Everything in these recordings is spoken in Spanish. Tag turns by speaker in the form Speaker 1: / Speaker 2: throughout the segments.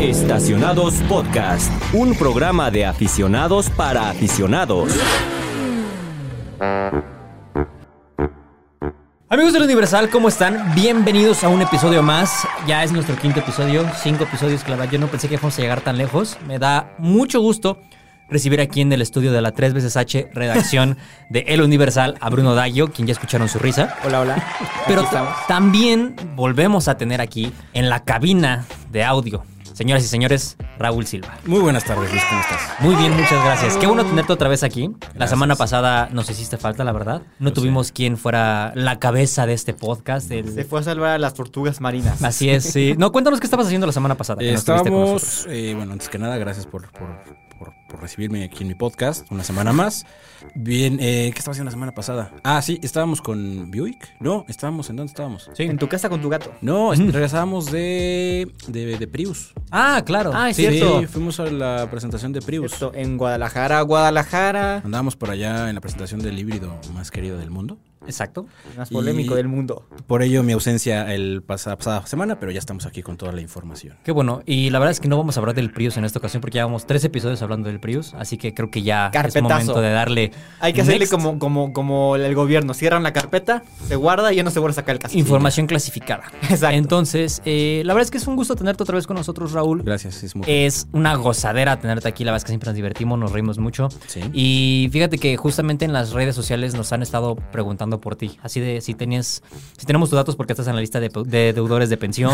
Speaker 1: Estacionados Podcast, un programa de aficionados para aficionados.
Speaker 2: Amigos del Universal, ¿cómo están? Bienvenidos a un episodio más. Ya es nuestro quinto episodio, cinco episodios, que la verdad yo no pensé que fuéramos a llegar tan lejos. Me da mucho gusto recibir aquí en el estudio de la 3 veces H redacción de El Universal a Bruno Daggio, quien ya escucharon su risa.
Speaker 3: Hola, hola.
Speaker 2: Pero
Speaker 3: Aquí estamos.
Speaker 2: ta- también volvemos a tener aquí en la cabina de audio, señoras y señores, Raúl Silva.
Speaker 4: Muy buenas tardes, Luis, ¿cómo estás?
Speaker 2: Muy bien, muchas gracias. Qué bueno tenerte otra vez aquí. La semana pasada nos hiciste falta, la verdad. No tuvimos quien fuera la cabeza de este podcast. el-
Speaker 3: Se fue a salvar a las tortugas marinas.
Speaker 2: Así es, sí. No, cuéntanos qué estabas haciendo la semana pasada. que no estuviste con nosotros.
Speaker 4: Estábamos, eh, bueno, antes que nada, gracias por, por- por- por recibirme aquí en mi podcast una semana más. Bien, eh, ¿qué estaba haciendo la semana pasada? Ah, sí, estábamos con Buick. No, estábamos, ¿en dónde estábamos?
Speaker 2: Sí.
Speaker 3: En tu casa con tu gato.
Speaker 4: No, es- regresábamos de, de, de Prius.
Speaker 2: Ah, claro.
Speaker 3: Ah, es
Speaker 2: Sí,
Speaker 3: cierto.
Speaker 4: Sí, fuimos a la presentación de Prius.
Speaker 3: Justo en Guadalajara, Guadalajara.
Speaker 4: Andábamos por allá en la presentación del híbrido más querido del mundo.
Speaker 2: Exacto.
Speaker 3: el Más polémico
Speaker 4: Y-
Speaker 3: del mundo.
Speaker 4: Por ello, mi ausencia el pasa- pasada semana, pero ya estamos aquí con toda la información.
Speaker 2: Qué bueno. Y la verdad es que no vamos a hablar del Prius en esta ocasión porque llevamos tres episodios hablando del Prius. Así que creo que ya es
Speaker 3: Carpetazo.
Speaker 2: momento de darle.
Speaker 3: Hay que hacerle
Speaker 2: next.
Speaker 3: como, como, como el gobierno. Cierran la carpeta, se guarda y ya no se vuelve a sacar el caso.
Speaker 2: Información clasificada.
Speaker 3: Exacto.
Speaker 2: Entonces, eh, la verdad es que es un gusto tenerte otra vez con nosotros, Raúl.
Speaker 4: Gracias, es muy...
Speaker 2: Es una gozadera tenerte aquí, la verdad es que siempre nos divertimos, nos reímos mucho.
Speaker 4: Sí.
Speaker 2: Y fíjate que justamente en las redes sociales nos han estado preguntando por ti. Así de si tenías, si tenemos tus datos porque estás en la lista de, de deudores de pensión.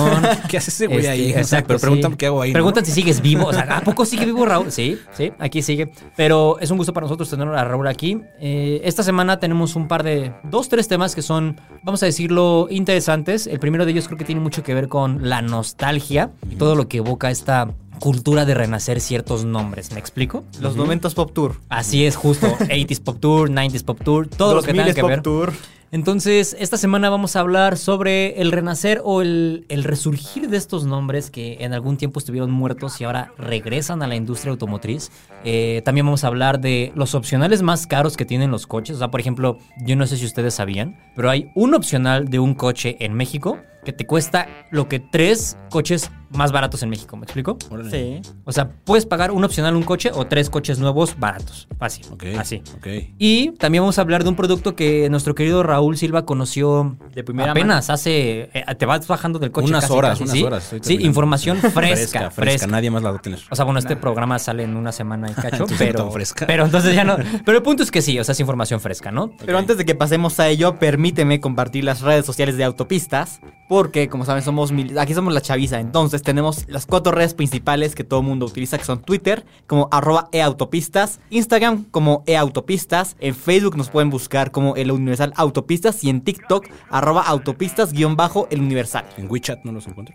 Speaker 4: ¿Qué hace ese güey
Speaker 2: Este,
Speaker 4: ahí? O sea,
Speaker 2: exacto,
Speaker 4: pero
Speaker 2: sí.
Speaker 4: preguntan qué hago ahí. ¿no?
Speaker 2: Preguntan si sigues vivo. O sea, ¿a poco sigue vivo Raúl? Sí, sí, aquí sigue. Pero es un gusto para nosotros tener a Raúl aquí. Eh, esta semana tenemos un par de, dos, tres temas que son, vamos a decirlo, interesantes. El primero de ellos creo que tiene mucho que ver con la nostalgia y todo lo que evoca esta cultura de renacer ciertos nombres. ¿Me explico?
Speaker 3: Los momentos pop tour.
Speaker 2: Así es, justo. 80s Pop Tour, 90s Pop Tour, todo lo que
Speaker 3: 2000
Speaker 2: tenga que
Speaker 3: pop
Speaker 2: ver.
Speaker 3: tour.
Speaker 2: Entonces, esta semana vamos a hablar sobre el renacer o el, el resurgir de estos nombres que en algún tiempo estuvieron muertos y ahora regresan a la industria automotriz. Eh, también vamos a hablar de los opcionales más caros que tienen los coches. O sea, por ejemplo, yo no sé si ustedes sabían, pero hay un opcional de un coche en México que te cuesta lo que tres coches más baratos en México. ¿Me explico?
Speaker 4: Órale.
Speaker 3: Sí.
Speaker 2: O sea, puedes pagar un opcional un coche o tres coches nuevos baratos. Fácil.
Speaker 4: Ok.
Speaker 2: Así.
Speaker 4: Ok.
Speaker 2: Y también vamos a hablar de un producto que nuestro querido Raúl Silva conoció
Speaker 3: De primera
Speaker 2: apenas hace. eh, te vas bajando del coche.
Speaker 4: unas
Speaker 2: casi,
Speaker 4: horas,
Speaker 2: casi,
Speaker 4: unas
Speaker 2: ¿sí?
Speaker 4: horas. estoy
Speaker 2: Sí,
Speaker 4: terminando.
Speaker 2: información fresca, fresca.
Speaker 4: Nadie más la va a tener.
Speaker 2: O sea, bueno, este programa sale en una semana y cacho,
Speaker 4: Entonces,
Speaker 2: pero,
Speaker 4: tan fresca.
Speaker 2: pero entonces ya no. Pero el punto es que sí, o sea, es información fresca, ¿no?
Speaker 3: Pero antes de que pasemos a ello, permíteme compartir las redes sociales de Autopistas, porque como saben somos mil- aquí somos la chaviza, entonces tenemos las cuatro redes principales que todo el mundo utiliza, que son Twitter como arroba eautopistas, Instagram como eautopistas, en Facebook nos pueden buscar como el Universal Autopistas y en TikTok arroba autopistas guión bajo el Universal.
Speaker 4: En WeChat no los encuentro.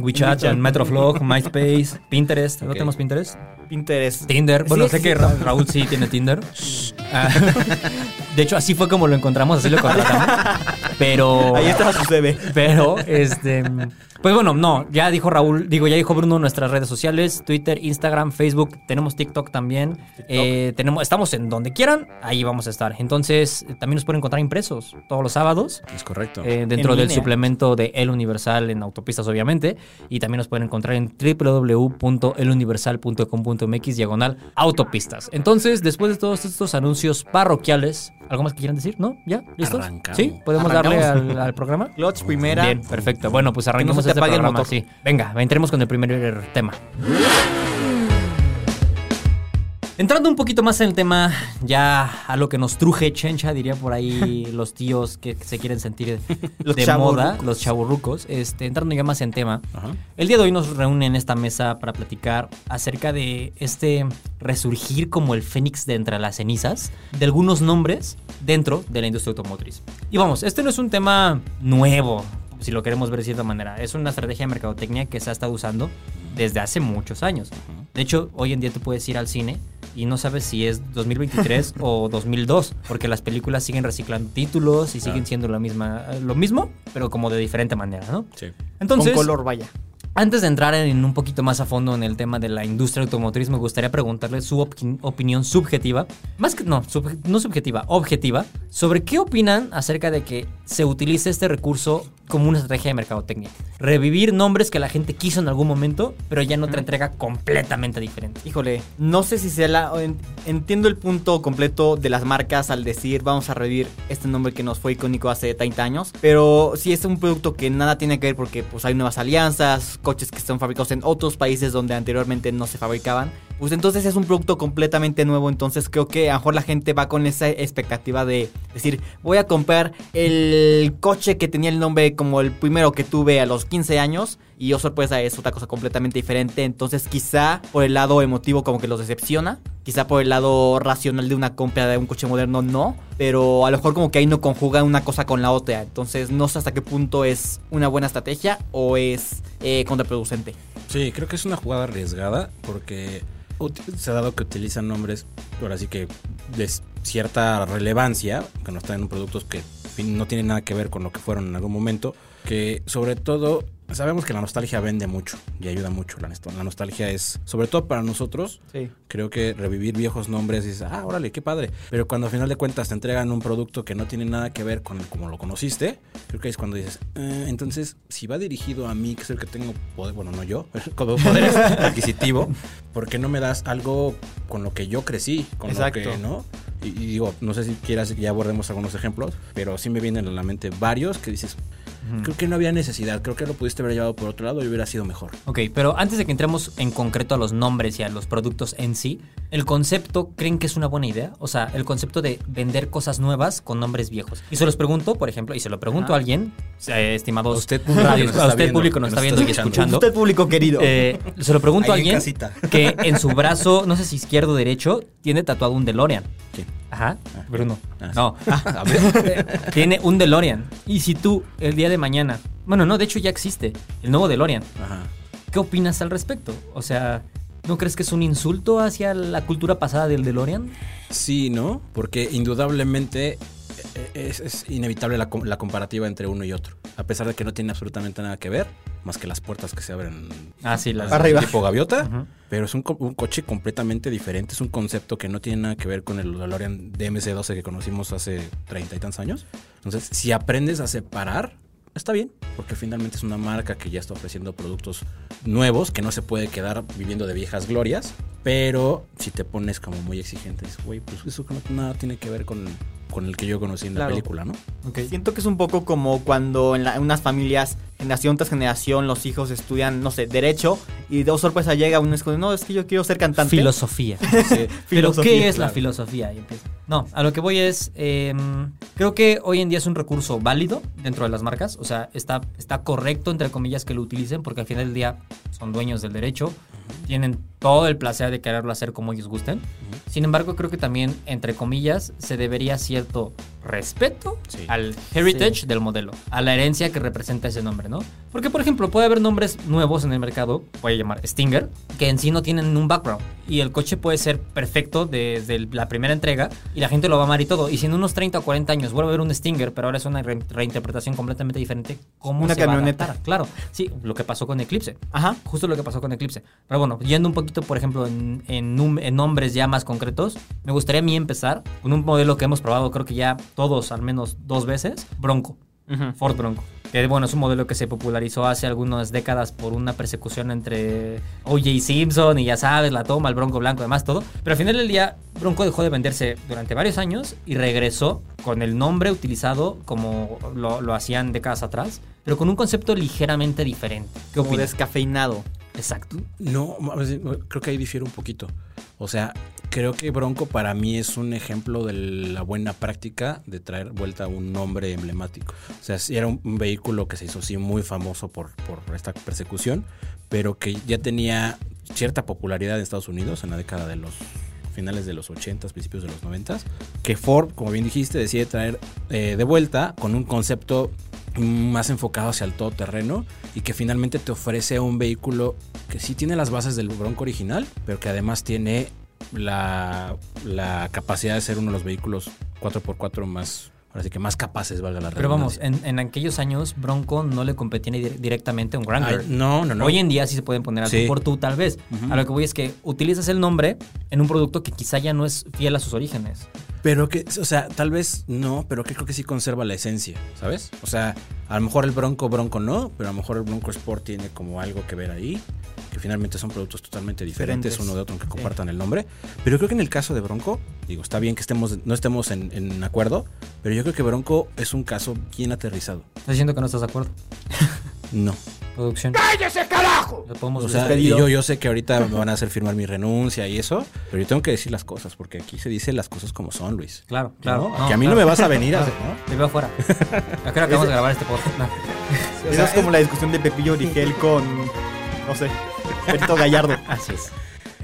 Speaker 2: WeChat,
Speaker 3: WeChat.
Speaker 2: en Metroflog, MySpace, Pinterest. ¿No
Speaker 4: Ok.
Speaker 2: tenemos Pinterest?
Speaker 3: Pinterest.
Speaker 2: Tinder.
Speaker 3: Sí
Speaker 2: Bueno, sé que
Speaker 3: existe.
Speaker 2: Ra- Raúl sí tiene Tinder. Ah, de hecho, así fue como lo encontramos, así lo contratamos. Pero.
Speaker 3: Ahí está su CV.
Speaker 2: Pero, este. Pues bueno, no, ya dijo Raúl, digo, ya dijo Bruno nuestras redes sociales: Twitter, Instagram, Facebook, tenemos TikTok también. Eh, tenemos, estamos en donde quieran, ahí vamos a estar. Entonces, eh, también nos pueden encontrar impresos todos los sábados.
Speaker 4: Es correcto.
Speaker 2: eh, dentro
Speaker 3: En
Speaker 2: del
Speaker 3: línea.
Speaker 2: suplemento de El Universal en autopistas, obviamente. Y también nos pueden encontrar en www.eluniversal.com.mx diagonal autopistas. Entonces, después de todos estos anuncios parroquiales, ¿algo más que quieran decir? ¿no? ¿Ya? ¿Listos?
Speaker 4: Arrancamos.
Speaker 2: ¿Sí? ¿Podemos darle al- al programa?
Speaker 3: Clutch primera.
Speaker 2: Bien, perfecto. Bueno, pues arranquemos
Speaker 3: Que no se te
Speaker 2: este
Speaker 3: apague el
Speaker 2: programa.
Speaker 3: motor.
Speaker 2: Sí. Venga, entremos con el primer eh, tema. Entrando un poquito más en el tema, ya a lo que nos truje Chencha, diría por ahí los tíos que se quieren sentir
Speaker 3: Los
Speaker 2: de moda,
Speaker 3: chavorrucos.
Speaker 2: los chaburrucos. Este, entrando ya más en tema,
Speaker 4: Ajá.
Speaker 2: el día de hoy nos reúne en esta mesa para platicar acerca de este resurgir como el fénix de entre las cenizas de algunos nombres dentro de la industria automotriz. Y vamos, este no es un tema nuevo, si lo queremos ver de cierta manera. Es una estrategia de mercadotecnia que se ha estado usando desde hace muchos años. De hecho, hoy en día tú puedes ir al cine y no sabes si es 2023 o 2002, porque las películas siguen reciclando títulos y siguen siendo la misma, lo mismo, pero como de diferente manera, ¿no?
Speaker 4: Sí.
Speaker 2: Entonces,
Speaker 3: con color, vaya.
Speaker 2: Antes de entrar en un poquito más a fondo en el tema de la industria automotriz, me gustaría preguntarle su opqui- opinión subjetiva, más que no, subje- no subjetiva, objetiva, sobre qué opinan acerca de que se utilice este recurso como una estrategia de mercadotecnia. Revivir nombres que la gente quiso en algún momento, pero ya en otra entrega completamente diferente.
Speaker 3: Híjole, no sé si sea la. en- Entiendo el punto completo de las marcas al decir vamos a revivir este nombre que nos fue icónico hace 30 años. Pero sí es un producto que nada tiene que ver porque pues hay nuevas alianzas, coches que están fabricados en otros países donde anteriormente no se fabricaban. Pues entonces es un producto completamente nuevo. Entonces creo que a lo mejor la gente va con esa expectativa de decir voy a comprar el coche que tenía el nombre como el primero que tuve a los 15 años. Y oh sorpresa, es otra cosa completamente diferente. Entonces, quizá por el lado emotivo, como que los decepciona. Quizá por el lado racional de una compra de un coche moderno, no. Pero a lo mejor, como que ahí no conjuga una cosa con la otra. Entonces, no sé hasta qué punto es una buena estrategia o es eh, contraproducente.
Speaker 4: Sí, creo que es una jugada arriesgada porque ut- se ha dado que utilizan nombres, ahora sí que de s- cierta relevancia, que no están en productos que en fin, no tienen nada que ver con lo que fueron en algún momento, que sobre todo sabemos que la nostalgia vende mucho y ayuda mucho. La, nes- la nostalgia es, sobre todo para nosotros,
Speaker 3: Sí.
Speaker 4: creo que revivir viejos nombres dices, ah, órale, qué padre. Pero cuando al final de cuentas te entregan un producto que no tiene nada que ver con el como lo conociste, creo que es cuando dices, "Eh, entonces, si va dirigido a mí, que es el que tengo poder, bueno, no yo, como poder adquisitivo, ¿por qué no me das algo con lo que yo crecí? Con
Speaker 3: Exacto.
Speaker 4: lo que, ¿no? Y, y digo, no sé si quieras que ya abordemos algunos ejemplos, pero sí me vienen a la mente varios que dices, creo que no había necesidad, creo que lo pudiste haber llevado por otro lado y hubiera sido mejor.
Speaker 2: Ok, pero antes de que entremos en concreto a los nombres y a los productos en sí, ¿el concepto creen que es una buena idea? O sea, el concepto de vender cosas nuevas con nombres viejos. Y se los pregunto, por ejemplo, y se lo pregunto a alguien, eh, estimados
Speaker 4: A usted público que
Speaker 2: radio-
Speaker 4: nos
Speaker 2: a
Speaker 4: está
Speaker 2: usted
Speaker 4: viendo,
Speaker 2: público nos
Speaker 4: que
Speaker 2: está
Speaker 4: nos
Speaker 2: viendo y
Speaker 4: está
Speaker 2: escuchando.
Speaker 3: Usted, público querido.
Speaker 2: Eh, se lo pregunto a
Speaker 4: Ahí en
Speaker 2: alguien
Speaker 4: casita.
Speaker 2: que en su brazo, no sé si izquierdo o derecho, tiene tatuado un DeLorean.
Speaker 4: Sí.
Speaker 2: Ajá, Bruno.
Speaker 4: Ah,
Speaker 2: No, tiene un DeLorean. Y si tú, el día de mañana, bueno, no, de hecho ya existe, el nuevo DeLorean.
Speaker 4: Ajá.
Speaker 2: ¿Qué opinas al respecto? O sea, ¿no crees que es un insulto hacia la cultura pasada del DeLorean?
Speaker 4: Sí, ¿no? Porque indudablemente eh, es, es inevitable la, com- la comparativa entre uno y otro. A pesar de que no tiene absolutamente nada que ver, más que las puertas que se abren
Speaker 2: Ah, sí, las-
Speaker 3: Arriba.
Speaker 4: tipo gaviota.
Speaker 2: Ujú.
Speaker 4: Pero es un, co- un coche completamente diferente. Es un concepto que no tiene nada que ver con el DeLorean DMC-12 que conocimos hace treinta y tantos años. Entonces, si aprendes a separar, está bien. Porque finalmente es una marca que ya está ofreciendo productos nuevos, que no se puede quedar viviendo de viejas glorias. Pero si te pones como muy exigente, dices, güey, pues eso no- nada tiene que ver con, con el que yo conocí en la
Speaker 3: Claro.
Speaker 4: película, ¿no?
Speaker 3: Siento que es un poco como cuando en, la- en unas familias, generación tras generación, los hijos estudian, no sé, derecho y de oh, sorpresa llega uno y es como, no, es que yo quiero ser cantante.
Speaker 2: Filosofía.
Speaker 4: Sí.
Speaker 2: Pero
Speaker 3: Filosofía,
Speaker 2: ¿qué es la
Speaker 3: claro.
Speaker 2: filosofía? Ahí empieza. No, a lo que voy es, eh, creo que hoy en día es un recurso válido dentro de las marcas, o sea, está, está correcto, entre comillas, que lo utilicen, porque al final del día son dueños del derecho, tienen todo el placer de quererlo hacer como ellos gusten. Sin embargo, creo que también, entre comillas, se debería cierto respeto
Speaker 4: Sí.
Speaker 2: al heritage del modelo, a la herencia que representa ese nombre, ¿no? Porque, por ejemplo, puede haber nombres nuevos en el mercado, voy a llamar Stinger, que en sí no tienen un background. Y el coche puede ser perfecto desde el- la primera entrega y la gente lo va a amar y todo. Y si en unos 30 o 40 años vuelve a haber un Stinger, pero ahora es una re- reinterpretación completamente diferente, ¿cómo
Speaker 3: Una
Speaker 2: se va a
Speaker 3: camioneta.
Speaker 2: adaptar? Claro, sí, lo que pasó con Eclipse
Speaker 3: Ajá.
Speaker 2: justo lo que pasó con Eclipse. Pero bueno, yendo un poquito, por ejemplo, en, en, num- en nombres ya más concretos, me gustaría a mí empezar con un modelo que hemos probado, creo que ya todos, al menos dos veces, Bronco.
Speaker 3: Ujú.
Speaker 2: Ford Bronco. Que bueno, es un modelo que se popularizó hace algunas décadas por una persecución entre O.J. Simpson y ya sabes, la toma, el Bronco blanco, demás, todo. Pero al final del día, Bronco dejó de venderse durante varios años y regresó con el nombre utilizado como lo, lo hacían décadas atrás, pero con un concepto ligeramente diferente. ¿Qué
Speaker 3: Como
Speaker 2: opinas?
Speaker 3: descafeinado.
Speaker 2: Exacto.
Speaker 4: No, más bien, creo que ahí difiere un poquito. O sea, creo que Bronco para mí es un ejemplo de la buena práctica de traer vuelta a un nombre emblemático. O sea, sí era un, un vehículo que se hizo sí muy famoso por, por esta persecución, pero que ya tenía cierta popularidad en Estados Unidos en la década de los finales de los 80s, principios de los 90s, que Ford, como bien dijiste, decide traer eh, de vuelta con un concepto más enfocado hacia el todoterreno y que finalmente te ofrece un vehículo que sí tiene las bases del Bronco original, pero que además tiene la, la capacidad de ser uno de los vehículos 4x4 más ahora sí que más capaces, valga la
Speaker 2: Pero vamos, en, en aquellos años Bronco no le competía ni dire- directamente a un Wrangler.
Speaker 4: Ay, no, no, no.
Speaker 2: Hoy en día sí se pueden poner algo
Speaker 4: Sí.
Speaker 2: por tú, tal vez. A lo que voy es que utilizas el nombre en un producto que quizá ya no es fiel a sus orígenes.
Speaker 4: Pero que, o sea, tal vez no, pero que creo que sí conserva la esencia, ¿sabes? O sea, a lo mejor el Bronco Bronco no, pero a lo mejor el Bronco Sport tiene como algo que ver ahí, que finalmente son productos totalmente diferentes,
Speaker 3: Diferentes.
Speaker 4: uno de otro, aunque compartan el nombre. Pero creo que en el caso de Bronco, digo, está bien que estemos, no estemos en, en acuerdo, pero yo creo que Bronco es un caso bien aterrizado.
Speaker 2: ¿Estás diciendo que no estás de acuerdo?
Speaker 4: No.
Speaker 2: Producción. ¡Cállese, carajo! Lo podemos
Speaker 4: O sea, y
Speaker 2: despedir.
Speaker 4: yo, yo sé que ahorita me van a hacer firmar mi renuncia y eso, pero yo tengo que decir las cosas, porque aquí se dicen las cosas como son, Luis.
Speaker 2: Claro, claro.
Speaker 4: ¿No? que a mí no me vas a venir a hacer, ¿no?
Speaker 2: Te veo afuera. ¿A qué hora acabamos de grabar este podcast? No.
Speaker 3: Esa es como la discusión de Pepillo Origel con, no sé, Berto Gallardo.
Speaker 2: Así es.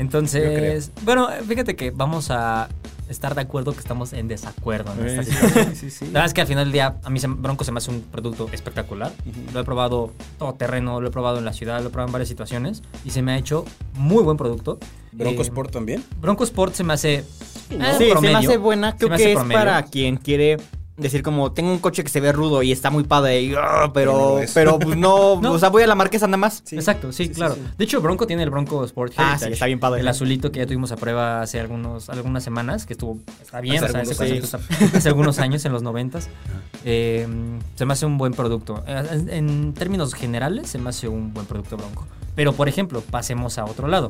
Speaker 2: Entonces, bueno, fíjate que vamos a estar de acuerdo que estamos en desacuerdo en esta situación.
Speaker 4: sí, sí.
Speaker 2: La verdad es que al final del día, a mí se- Bronco se me hace un producto espectacular. Lo he probado todo terreno, lo he probado en la ciudad, lo he probado en varias situaciones y se me ha hecho muy buen producto.
Speaker 4: ¿Bronco
Speaker 2: Eh,
Speaker 4: Sport también?
Speaker 2: Bronco Sport se me hace. eh,
Speaker 3: Ah, Sí, se me
Speaker 2: promedio.
Speaker 3: hace buena.
Speaker 2: Se
Speaker 3: Creo
Speaker 2: me hace
Speaker 3: que es
Speaker 2: promedio.
Speaker 3: para quien quiere decir como, tengo un coche que se ve rudo y está muy padre, y, "Ah",
Speaker 4: Pero no
Speaker 3: pero,
Speaker 4: lo es.
Speaker 3: pero pues, no,
Speaker 2: No.
Speaker 3: o sea, voy a la marquesa nada más.
Speaker 2: Exacto, sí,
Speaker 4: Sí, sí,
Speaker 2: claro.
Speaker 4: sí.
Speaker 2: De hecho, Bronco tiene el Bronco Sport
Speaker 3: Ah,
Speaker 2: Heritage,
Speaker 3: sí, está bien padre.
Speaker 2: El azulito que ya tuvimos a prueba hace algunos, algunas semanas, que estuvo, está bien,
Speaker 4: Hace
Speaker 2: o sea, ese
Speaker 4: algunos
Speaker 2: concepto está- hace algunos años, en los noventas. Eh, se me hace un buen producto. Eh, En, en términos generales, se me hace un buen producto Bronco. Pero, por ejemplo, pasemos a otro lado.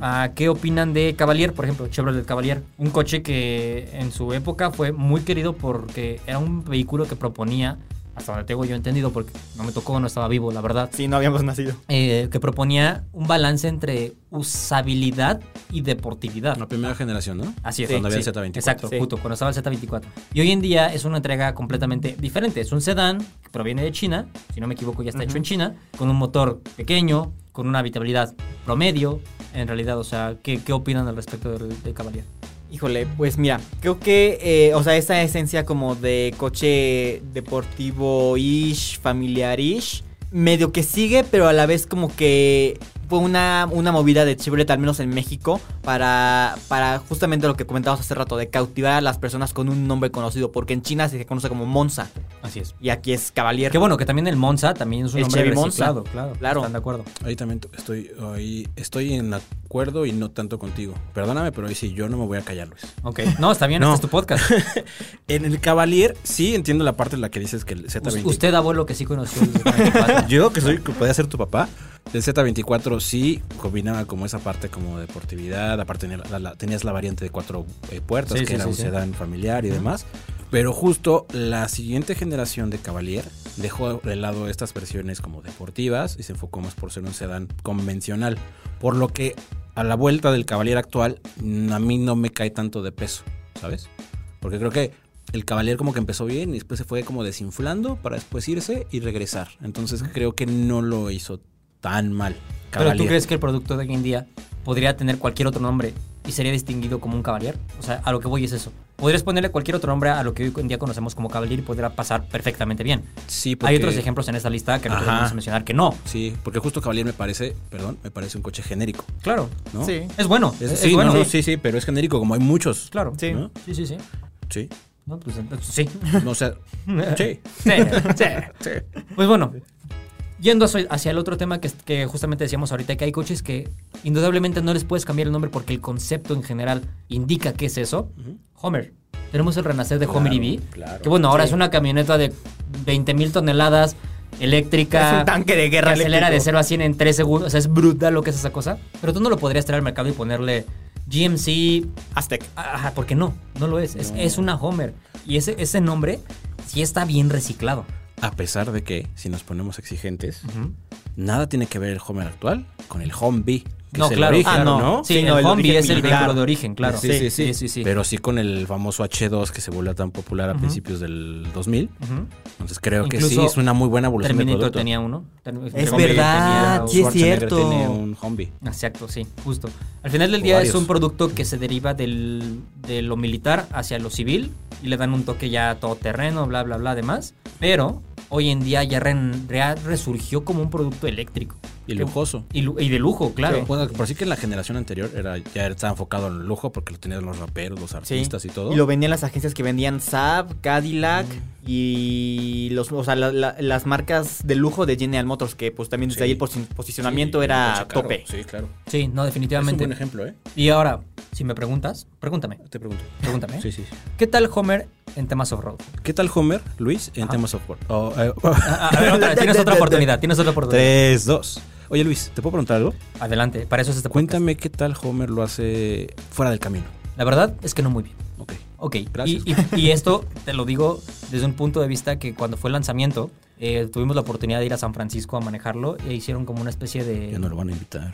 Speaker 2: ¿A ¿Qué opinan de Cavalier? Por ejemplo, Chevrolet Cavalier. Un coche que en su época fue muy querido porque era un vehículo que proponía, hasta donde tengo yo entendido, porque no me tocó, no estaba vivo, la verdad
Speaker 3: Sí, no habíamos nacido.
Speaker 2: eh, que proponía un balance entre usabilidad y deportividad.
Speaker 4: La primera generación, ¿no?
Speaker 2: Así es.
Speaker 4: Cuando había
Speaker 2: Sí,
Speaker 4: el Z24.
Speaker 2: Exacto,
Speaker 3: Sí.
Speaker 2: justo, cuando estaba el Z24. Y hoy en día es una entrega completamente diferente. Es un sedán que proviene de China, si no me equivoco ya está hecho en China, con un motor pequeño, con una habitabilidad promedio. En realidad, o sea, ¿qué, qué opinan al respecto del, del Cavalier?
Speaker 3: Híjole, pues mira, creo que, eh, o sea, esa esencia como de coche deportivo-ish, familiar-ish, medio que sigue, pero a la vez como que fue una, una movida de Chevrolet, al menos en México, para, para justamente lo que comentábamos hace rato, de cautivar a las personas con un nombre conocido, porque en China se conoce como Monza,
Speaker 2: Así es.
Speaker 3: y aquí es Cavalier.
Speaker 2: Qué bueno, que también el Monza también es un
Speaker 3: El
Speaker 2: nombre
Speaker 3: Chevy Monza.
Speaker 2: reciclado, claro.
Speaker 3: Claro.
Speaker 2: Están de acuerdo.
Speaker 4: Ahí también t- estoy, ahí estoy en acuerdo y no tanto contigo. Perdóname, pero ahí sí, yo no me voy a callar, Luis.
Speaker 2: Ok. No, está bien,
Speaker 4: No.
Speaker 2: este es tu podcast.
Speaker 4: En el Cavalier, sí entiendo la parte en la que dices que el
Speaker 2: Us-
Speaker 4: Z24.
Speaker 2: Usted, abuelo, que sí conoció. el Z24.
Speaker 4: Yo, que soy, que podía ser tu papá, el Z24 sí combinaba como esa parte como deportividad, aparte tenía la- la- tenías la variante de cuatro eh, puertas,
Speaker 2: Sí,
Speaker 4: que
Speaker 2: sí,
Speaker 4: era
Speaker 2: sí,
Speaker 4: un
Speaker 2: sí.
Speaker 4: sedán familiar y demás. Pero justo la siguiente generación de Cavalier dejó de lado estas versiones como deportivas y se enfocó más por ser un sedán convencional. Por lo que a la vuelta del Cavalier actual, mm, a mí no me cae tanto de peso, ¿sabes? Porque creo que el Cavalier como que empezó bien y después se fue como desinflando para después irse y regresar. Entonces creo que no lo hizo tan mal.
Speaker 2: ¿Pero tú
Speaker 4: Cavalier.
Speaker 2: crees que el producto de hoy en día podría tener cualquier otro nombre y sería distinguido como un caballero? O sea, a lo que voy es eso. Podrías ponerle cualquier otro nombre a lo que hoy en día conocemos como caballero y podría pasar perfectamente bien.
Speaker 4: Sí,
Speaker 2: Hay
Speaker 4: porque-
Speaker 2: otros ejemplos en esta lista que no
Speaker 4: Ajá.
Speaker 2: podemos mencionar que no.
Speaker 4: Sí, porque justo Cavalier me parece, perdón, me parece un coche genérico,
Speaker 2: Claro.
Speaker 4: ¿no?
Speaker 3: Sí.
Speaker 2: Es bueno.
Speaker 4: Es-
Speaker 2: Es, es
Speaker 4: sí,
Speaker 2: bueno.
Speaker 4: no, no, sí, sí, pero es genérico como hay muchos.
Speaker 2: Claro.
Speaker 3: Sí.
Speaker 4: ¿no?
Speaker 2: Sí, sí, sí.
Speaker 4: Sí.
Speaker 2: No, pues, entonces, sí.
Speaker 4: No, o sea, sí.
Speaker 2: Sí, sí. Pues bueno, yendo hacia hacia el otro tema que, que justamente decíamos ahorita, que hay coches que indudablemente no les puedes cambiar el nombre porque el concepto en general indica qué es eso. Homer. Tenemos el renacer de Homer
Speaker 4: Claro,
Speaker 2: EV,
Speaker 4: claro.
Speaker 2: que bueno, ahora es una camioneta de 20 mil toneladas, eléctrica.
Speaker 3: Es un tanque de guerra
Speaker 2: que acelera de
Speaker 3: eléctrico.
Speaker 2: 0 a 100 en 3 segundos. O sea, es brutal lo que es esa cosa. Pero tú no lo podrías traer al mercado y ponerle GMC
Speaker 3: Aztec.
Speaker 2: Ajá, porque no, no lo es. Es, es una Homer. Y ese, ese nombre sí está bien reciclado.
Speaker 4: A pesar de que, si nos ponemos exigentes, nada tiene que ver el Homer actual con el Humvee. que
Speaker 2: No,
Speaker 4: es el
Speaker 2: claro.
Speaker 4: origen,
Speaker 2: ah, no.
Speaker 4: ¿no?
Speaker 2: Sí,
Speaker 3: Sí, no,
Speaker 2: el,
Speaker 3: el
Speaker 2: Humvee
Speaker 3: origen
Speaker 2: es el
Speaker 3: militar.
Speaker 2: vehículo de origen, claro.
Speaker 4: Sí, sí, sí,
Speaker 2: sí, sí.
Speaker 4: Pero sí con el famoso H2 que se volvió tan popular a
Speaker 2: Ujú.
Speaker 4: principios del 2000.
Speaker 2: Ujú.
Speaker 4: Entonces creo que
Speaker 2: Incluso
Speaker 4: sí es una muy buena evolución del
Speaker 2: Terminator
Speaker 4: producto.
Speaker 2: tenía uno. Term-
Speaker 3: Es
Speaker 2: Terminator
Speaker 3: verdad,
Speaker 2: tenía
Speaker 3: sí es
Speaker 2: un-
Speaker 4: Schwarzenegger
Speaker 3: cierto.
Speaker 4: tiene un Humvee.
Speaker 2: Exacto, sí, justo. Al final del
Speaker 4: O
Speaker 2: día es
Speaker 4: varios.
Speaker 2: un producto que se deriva del, de lo militar hacia lo civil y y le dan un toque ya todoterreno, bla, bla, bla, demás. Pero hoy en día ya, ren- ya resurgió como un producto eléctrico.
Speaker 4: Y lujoso.
Speaker 2: Y, lu- y de lujo, claro.
Speaker 4: Bueno, por sí que en la generación anterior era, ya estaba enfocado en el lujo porque lo tenían los raperos, los
Speaker 3: Sí.
Speaker 4: artistas y todo. Mm.
Speaker 3: Y lo vendían las agencias que vendían Saab, Cadillac y los, o sea, la- la- las marcas de lujo de General Motors, que pues también desde
Speaker 4: Sí.
Speaker 3: ahí el posi-
Speaker 4: Sí,
Speaker 3: posicionamiento
Speaker 4: un
Speaker 3: era
Speaker 4: coche caro.
Speaker 3: tope.
Speaker 4: Sí, claro.
Speaker 2: Sí, no,
Speaker 4: Es un
Speaker 2: definitivamente.
Speaker 4: buen ejemplo, ¿eh?
Speaker 2: y ahora, si me preguntas, pregúntame,
Speaker 4: Te pregunto.
Speaker 2: pregúntame.
Speaker 4: Sí, sí. sí.
Speaker 2: ¿Qué tal Homer en temas off-road?
Speaker 4: ¿Qué tal Homer, Luis, en
Speaker 2: Ajá.
Speaker 4: temas software? Oh, eh,
Speaker 2: A a ver, otra vez, tienes otra oportunidad, tienes otra oportunidad.
Speaker 4: Tres, dos. Oye, Luis, ¿te puedo preguntar algo?
Speaker 2: Adelante, para eso es este podcast.
Speaker 4: Cuéntame qué tal Homer lo hace fuera del camino.
Speaker 2: La verdad es que no muy bien.
Speaker 4: Ok.
Speaker 2: Ok,
Speaker 4: Gracias.
Speaker 2: Y, y- y esto te lo digo desde un punto de vista que cuando fue el lanzamiento, eh, tuvimos la oportunidad de ir a San Francisco a manejarlo e hicieron como una especie
Speaker 4: Ya
Speaker 2: de.
Speaker 4: no lo van a invitar.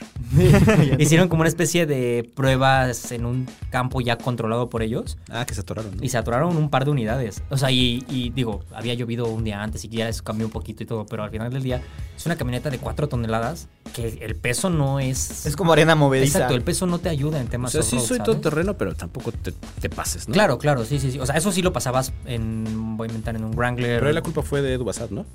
Speaker 2: hicieron como una especie de pruebas en un campo ya controlado por ellos
Speaker 4: Ah, que se atoraron. ¿no?
Speaker 2: y se atoraron un par de unidades. O sea, y, y digo, había llovido un día antes y ya eso cambió un poquito y todo, pero al final del día es una camioneta de 4 toneladas que el peso no es.
Speaker 3: Es como arena movediza.
Speaker 2: Exacto, el peso no te ayuda en
Speaker 4: O
Speaker 2: temas
Speaker 4: sea, sí
Speaker 2: off-road,
Speaker 4: soy
Speaker 2: ¿sabes?
Speaker 4: todoterreno, pero tampoco te, te pases, ¿no?
Speaker 2: Claro, claro, sí, sí, sí. O sea, eso sí lo pasabas en. Voy a inventar en un Wrangler.
Speaker 4: Pero ahí la culpa fue de Edu Basad, ¿no?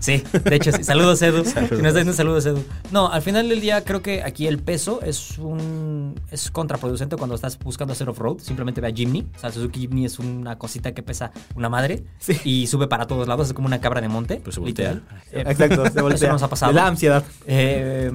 Speaker 2: Sí, de hecho, sí. Saludos, Edu. Si nos estás viendo, saludos, Edu. No, al final del día creo que aquí el peso es un es contraproducente cuando estás buscando hacer off-road. Simplemente ve a Jimny. O sea, Suzuki Jimny es una cosita que pesa una madre
Speaker 3: Sí.
Speaker 2: y sube para todos lados. Es como una cabra de monte.
Speaker 4: Pues se voltea.
Speaker 2: literal. Eh,
Speaker 3: Exacto, se voltea.
Speaker 2: nos ha pasado.
Speaker 3: Le da ansiedad.
Speaker 2: eh,